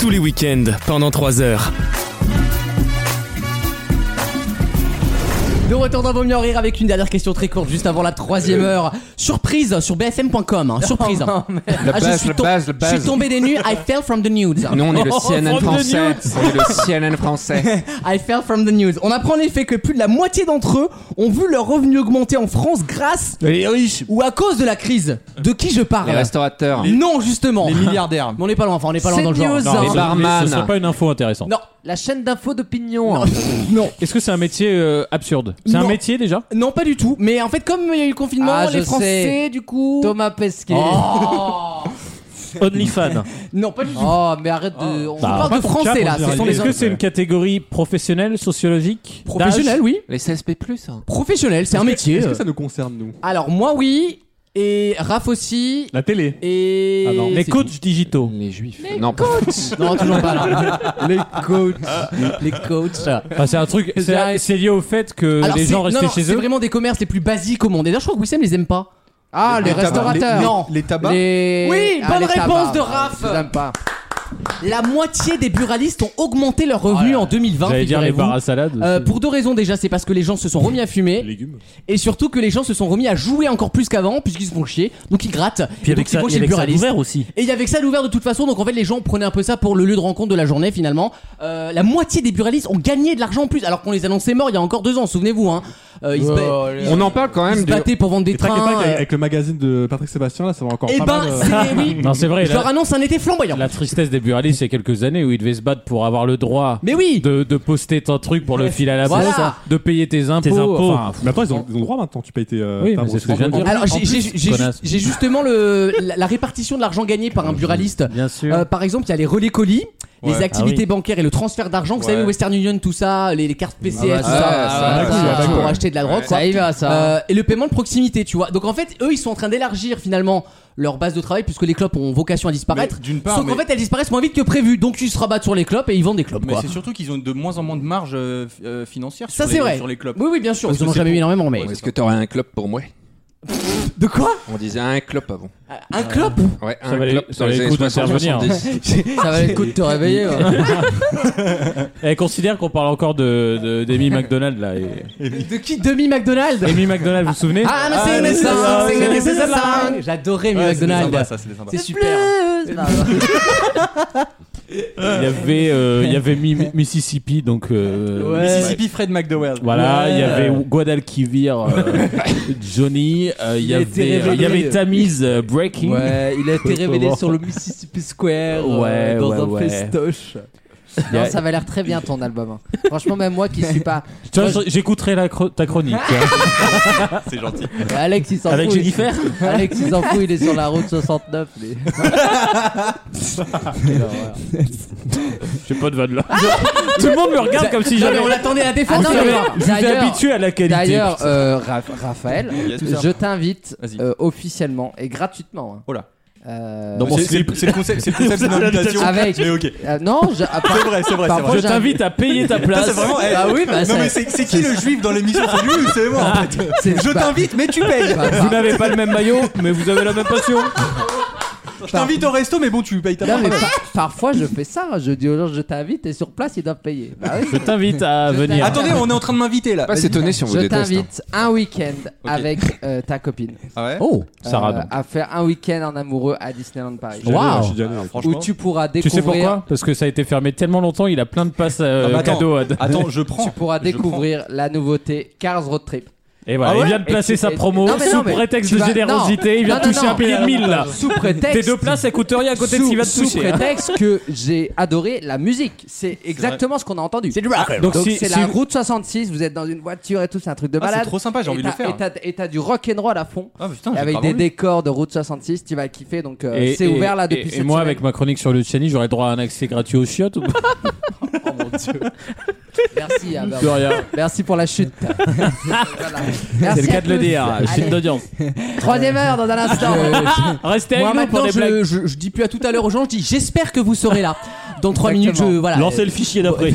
A: tous les week-ends pendant 3 heures.
B: De retour dans Vaut mieux en rire avec une dernière question très courte juste avant la troisième
C: Euh.
B: heure. Surprise sur bsm.com, hein, surprise.
C: Oh,
E: La
B: Ah, je,
E: base,
B: suis
E: la
B: tom-
E: base, la
B: je suis
E: base.
B: tombé des nues, I fell from the news.
E: Nous, on est le
D: Oh,
E: CNN
D: from the
E: français.
D: news.
E: On est le CNN français.
B: I fell from the news. On apprend en effet que plus de la moitié d'entre eux ont vu leur revenu augmenter en France grâce
D: Les riches
B: ou à cause de la crise. De qui je parle
E: Les restaurateurs.
B: Non, justement.
F: Les milliardaires.
B: Mais on n'est pas loin, enfin, on n'est pas loin
C: C'est
B: dans le genre.
C: news,
B: Non,
C: hein.
E: Les
D: ce-
E: barman.
D: Ce serait pas une info intéressante.
B: Non,
C: La chaîne d'infos d'opinion. hein.
B: non,
D: Est-ce que c'est un métier euh, absurde C'est un
B: Non.
D: métier déjà
B: non, pas du tout. Mais en fait, comme il y a eu le confinement,
C: Ah, je
B: les Français,
C: sais.
B: du coup.
C: Thomas Pesquet.
B: Oh
D: OnlyFan.
B: non, pas du tout.
C: Oh, mais arrête de. on-
B: On
D: Bah,
B: parle Ah, de français là, ce sont les
D: Est-ce que
B: autres.
D: c'est une catégorie professionnelle, sociologique d'âge
B: Professionnel, oui.
E: Les CSP+. hein.
B: Bah, Professionnel, c'est un métier.
H: Est-ce que ça nous concerne, nous
B: Alors moi oui, Et Raph aussi.
L: La télé.
B: Et.
L: Ah non, les
B: c'est
L: coachs digitaux.
E: Les juifs.
B: Les
E: non,
B: coachs. Non, toujours pas, non. Les coachs. Les coachs.
L: Enfin, Ah, c'est un truc. C'est c'est lié au fait que
B: Alors,
L: Euh, les
B: c'est-
L: gens
B: non,
L: restaient
B: non,
L: chez
B: C'est
L: eux.
B: vraiment des commerces les plus basiques au monde. Et d'ailleurs, je crois que Wissem les aime pas. Ah,
C: les
B: tabacs.
C: restaurateurs.
B: Les- Non.
F: Les, tabacs.
C: Les-
B: Oui,
C: Ah,
B: bonne
C: les
B: réponse
C: tabacs.
B: de Raph.
C: Je les aime pas.
B: La moitié des buralistes ont augmenté leurs revenus en 2020.
L: J'allais dire les
B: figurez-vous.
L: bars à salade
B: Euh,
L: aussi.
B: pour deux raisons déjà, c'est parce que les gens se sont remis à fumer. Et surtout que les gens se sont remis à jouer encore plus qu'avant, puisqu'ils se font chier. Donc ils grattent.
R: Puis
B: Et
R: avec
B: donc, ils
R: ça-
B: vont
R: et
B: chez le
R: avec ça
B: buraliste.
R: d'ouvert aussi.
B: Et il y avait que ça d'ouvert de toute façon, donc en fait les gens prenaient un peu ça pour le lieu de rencontre de la journée finalement. Euh, la moitié des buralistes ont gagné de l'argent en plus, alors qu'on les annonçait morts il y a encore deux ans, souvenez-vous. Hein. Euh, ils se ba- ils-
E: On en parle quand
B: ils
E: même
B: se battaient pour vendre des
K: Et t'inquiète
B: trains.
K: pas qu'avec-
B: euh,
K: avec le magazine de Patrick Sébastien, là, ça va encore
B: Eh
K: pas
B: ben,
K: mal, euh,
B: c'est oui.
L: Non, c'est vrai,
B: Je
L: là-
B: leur annonce un été flamboyant.
L: La tristesse des buralistes il y a quelques années où ils devaient se battre pour avoir le droit
B: Mais oui
L: de, de poster ton truc pour le fil à la
B: Voilà.
L: bourse, hein, de payer tes impôts. Enfin,
K: mais attends, ils ont, ils ont droit maintenant, tu payes tes. euh,
L: Oui,
K: ta
L: mais c'est
K: bourse.
L: ce que je viens de dire.
B: Alors
L: En
B: j'ai-
L: plus,
B: j'ai j'ai ju-
L: connasse.
B: j'ai justement le, la, la répartition de l'argent gagné par un buraliste. Euh, par exemple, il y a les relais colis.
L: Ouais.
B: Les activités
L: Ah oui.
B: bancaires et le transfert d'argent, vous
L: Ouais.
B: savez, Western Union, tout ça, les, les cartes PCS,
C: Ah bah,
B: tout
C: ça,
B: ça,
C: ça,
B: tout
C: ça,
B: ça,
C: ça,
B: pour
C: ouais.
B: acheter de la drogue,
C: Ouais.
B: quoi.
C: Ça y va, ça.
B: Euh, et le paiement de proximité, tu vois. Donc en fait, eux, ils sont en train d'élargir finalement leur base de travail puisque les clopes ont vocation à disparaître.
K: Mais d'une part,
B: Sauf qu'en
K: mais-
B: fait, elles disparaissent moins vite que prévu, donc ils se rabattent sur les clopes et ils vendent des clopes.
K: Mais
B: quoi.
K: c'est surtout qu'ils ont de moins en moins de marge euh, f- euh, financière
B: Ça,
K: sur
B: c'est
K: les-
B: vrai.
K: sur les clubs.
B: Oui, oui, bien sûr, ils en ont jamais mis énormément, mais.
E: Est-ce que t'aurais un club pour moi
B: De quoi
E: On disait un club avant.
B: Un clope
E: Ouais,
L: Ça
E: un
L: valait-
E: club
L: ça
E: dans les
L: valait le
E: années
L: coup
E: 60,
L: d'intervenir.
E: 70.
C: Ça valait le coup de te réveiller. ouais.
L: Eh, considère qu'on parle encore de, de- d'Amy McDonald là. Et...
B: De qui Demi McDonald
L: Amy McDonald, vous vous souvenez
B: Ah, mais c'est une song, c'est une song. J'adorais Amy
L: Ouais, c'était
B: McDonald.
L: sympa, ça, c'était sympa.
B: C'est
L: The
B: super.
L: Il y avait, euh, il y avait Mi- Mississippi, donc. euh,
K: Mississippi Fred McDowell.
L: Voilà, il y avait Guadalquivir, euh, Johnny, euh, il y
K: Il a été
L: avait, il y
K: révélé.
L: avait Tamise euh, Breaking.
C: Ouais, il a été révélé sur le Mississippi Square euh,
L: Ouais,
C: dans
L: ouais,
C: un
L: ouais.
C: festoche.
L: Il y
C: Non,
L: a-
C: ça va l'air très bien ton album. hein. Franchement, même moi qui suis pas.
L: Tu vois,
C: Moi,
L: je- j'écouterai la chro- ta chronique.
K: C'est gentil.
C: je- Alex il s'en fout.
L: Avec
C: il-
L: Jennifer
C: Alex il s'en fout, il est sur la route 69. les- Quelle horreur.
L: J'ai pas de vanne là. Tout le monde me regarde comme si
B: Non,
L: j'avais.
B: mais on l'attendait à la défense,
L: Ah non, mais
B: d'ailleurs.
L: Je suis
C: D'ailleurs-
L: habitué à la qualité.
C: D'ailleurs, euh, Ra- Raphaël,
L: Yes, tout ça.
C: je t'invite
L: Vas-y.
C: euh, officiellement et gratuitement. hein.
K: Oh là.
C: Euh,
K: Non, bon, C'est- c'est le- c'est le concept- c'est le concept d'une invitation.
C: Avec.
K: Mais ok.
C: Euh, non, je- à part-
K: C'est vrai, c'est vrai,
C: par
K: c'est
C: contre,
K: vrai.
L: Je t'invite à payer ta
K: Ça,
L: place.
K: c'est vraiment. eh,
C: Ah oui, bah,
K: non,
C: c'est-
K: mais c'est c'est qui le juif dans l'émission C'est lui ou c'est moi en fait
C: c'est-
K: Je
C: bah-
K: t'invite, mais tu payes.
C: Bah,
L: Vous n'avez pas le même maillot, mais vous avez la même passion.
K: Je t'invite au resto, mais bon, tu payes ta
C: Non,
K: part.
C: mais par- parfois je fais ça. Je dis aux gens, je t'invite et sur place ils doivent payer. Bah oui.
L: Je t'invite à venir.
K: Attendez, on est en train de m'inviter là.
E: Pas
K: Vas-y.
E: s'étonner si on vous
C: Je
E: déteste. hein.
C: t'invite un week-end avec euh, ta copine.
K: Ah ouais
L: Oh, Sarah,
C: Euh,
L: donc.
C: à faire un week-end en amoureux à Disneyland Paris.
L: Wow. Je suis
C: Où tu pourras
L: Ah, Tu sais
C: découvrir.
L: pourquoi Parce que ça a été fermé tellement longtemps, il a plein de passes euh,
K: Ah, bah, attends.
L: cadeaux. À...
K: Attends, je prends.
C: Tu pourras
K: Je
C: découvrir la nouveauté Cars Road Trip.
L: Et voilà,
C: Ah ouais
L: il vient de placer
C: Et tu-
L: sa
C: et-
L: promo
C: non, mais
L: sous
C: non, mais
L: prétexte
C: tu
L: de
C: vas-
L: générosité.
C: non.
L: il vient de
C: Non, non,
L: toucher
C: non.
L: un pilier de 1000 là.
C: Sous prétexte.
L: Tes deux places, elles coûtent rien à côté de ce
C: sous,
L: qu'il va te
C: sous
L: toucher. hein.
C: prétexte que j'ai adoré la musique. C'est exactement ce qu'on a entendu. C'est du
L: rap.
C: Donc,
L: Donc, si-
C: c'est
L: si
C: la
L: vous-
C: route 66, vous êtes dans une voiture et tout, c'est un truc de
K: Ah,
C: malade.
K: c'est trop sympa, j'ai
C: Et
K: envie de le
C: t'as-
K: faire.
C: Et t'as- et t'as du rock'n'roll à fond.
K: Ah, putain, j'ai
C: avec
K: grave
C: des
K: envie.
C: décors de route 66, tu vas kiffer. Donc euh,
L: Et-
C: c'est
L: et-
C: ouvert là
L: et-
C: depuis
L: Et,
C: cette
L: moi,
C: semaine.
L: avec ma chronique sur Luciani, j'aurais droit à un accès gratuit aux chiottes ou pas
C: Merci, Albert.
L: De rien.
C: Merci pour la chute. Voilà.
L: C'est le
C: Merci à
L: cas de le
C: tous.
L: dire.
C: Allez,
L: Chute d'audience.
C: Troisième heure dans un instant.
L: Restez
B: Moi
L: avec nous pour
B: maintenant,
L: des blagues.
B: je, je, je dis plus à tout à l'heure aux gens, je dis j'espère que vous serez là. Dans 3 minutes, je.
C: Exactement.
B: Voilà.
R: Lancez le fichier d'après.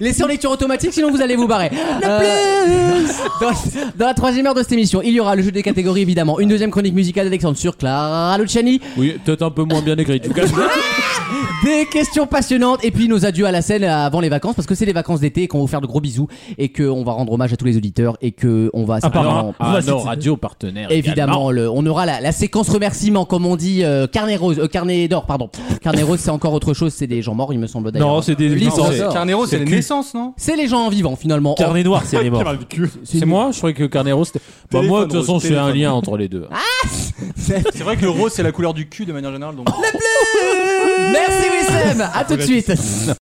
B: Laissez en lecture automatique, sinon vous allez vous barrer. Euh, dans, dans la troisième heure de cette émission, il y aura le jeu des catégories évidemment. Une deuxième chronique musicale d'Alexandre sur Clara Luciani.
L: Oui, peut-être un peu moins bien écrit. Du coup,
B: Des questions passionnantes et puis nos adieux à la scène avant les vacances parce que c'est les vacances d'été et qu'on va vous faire de gros bisous et qu'on va rendre hommage à tous les auditeurs et qu'on
R: Ah,
B: va
L: apparemment,
B: simplement-
L: à nos radios partenaires.
B: Évidemment, le- on aura la, la séquence remerciement, comme on dit, euh, carnet rose, euh, carnet d'or, pardon. Carnet rose, c'est encore autre chose, c'est des gens morts, il me semble d'ailleurs.
R: Non, c'est des-
B: Livre
R: non,
B: d'or.
R: c'est-
K: Carnero, c'est
R: C'est
K: la
R: le cul.
K: naissance, non
B: C'est les gens vivants finalement.
R: Carnet noir, c'est les morts.
L: C'est moi Je croyais que Carnero c'était. Bah, moi, de toute
K: Téléphone
L: façon,
K: rose,
L: je fais un
K: téléphone.
L: lien entre les deux.
K: C'est vrai que le rose, c'est la couleur du cul de manière générale. Donc...
B: Merci Wissem, à tout de suite.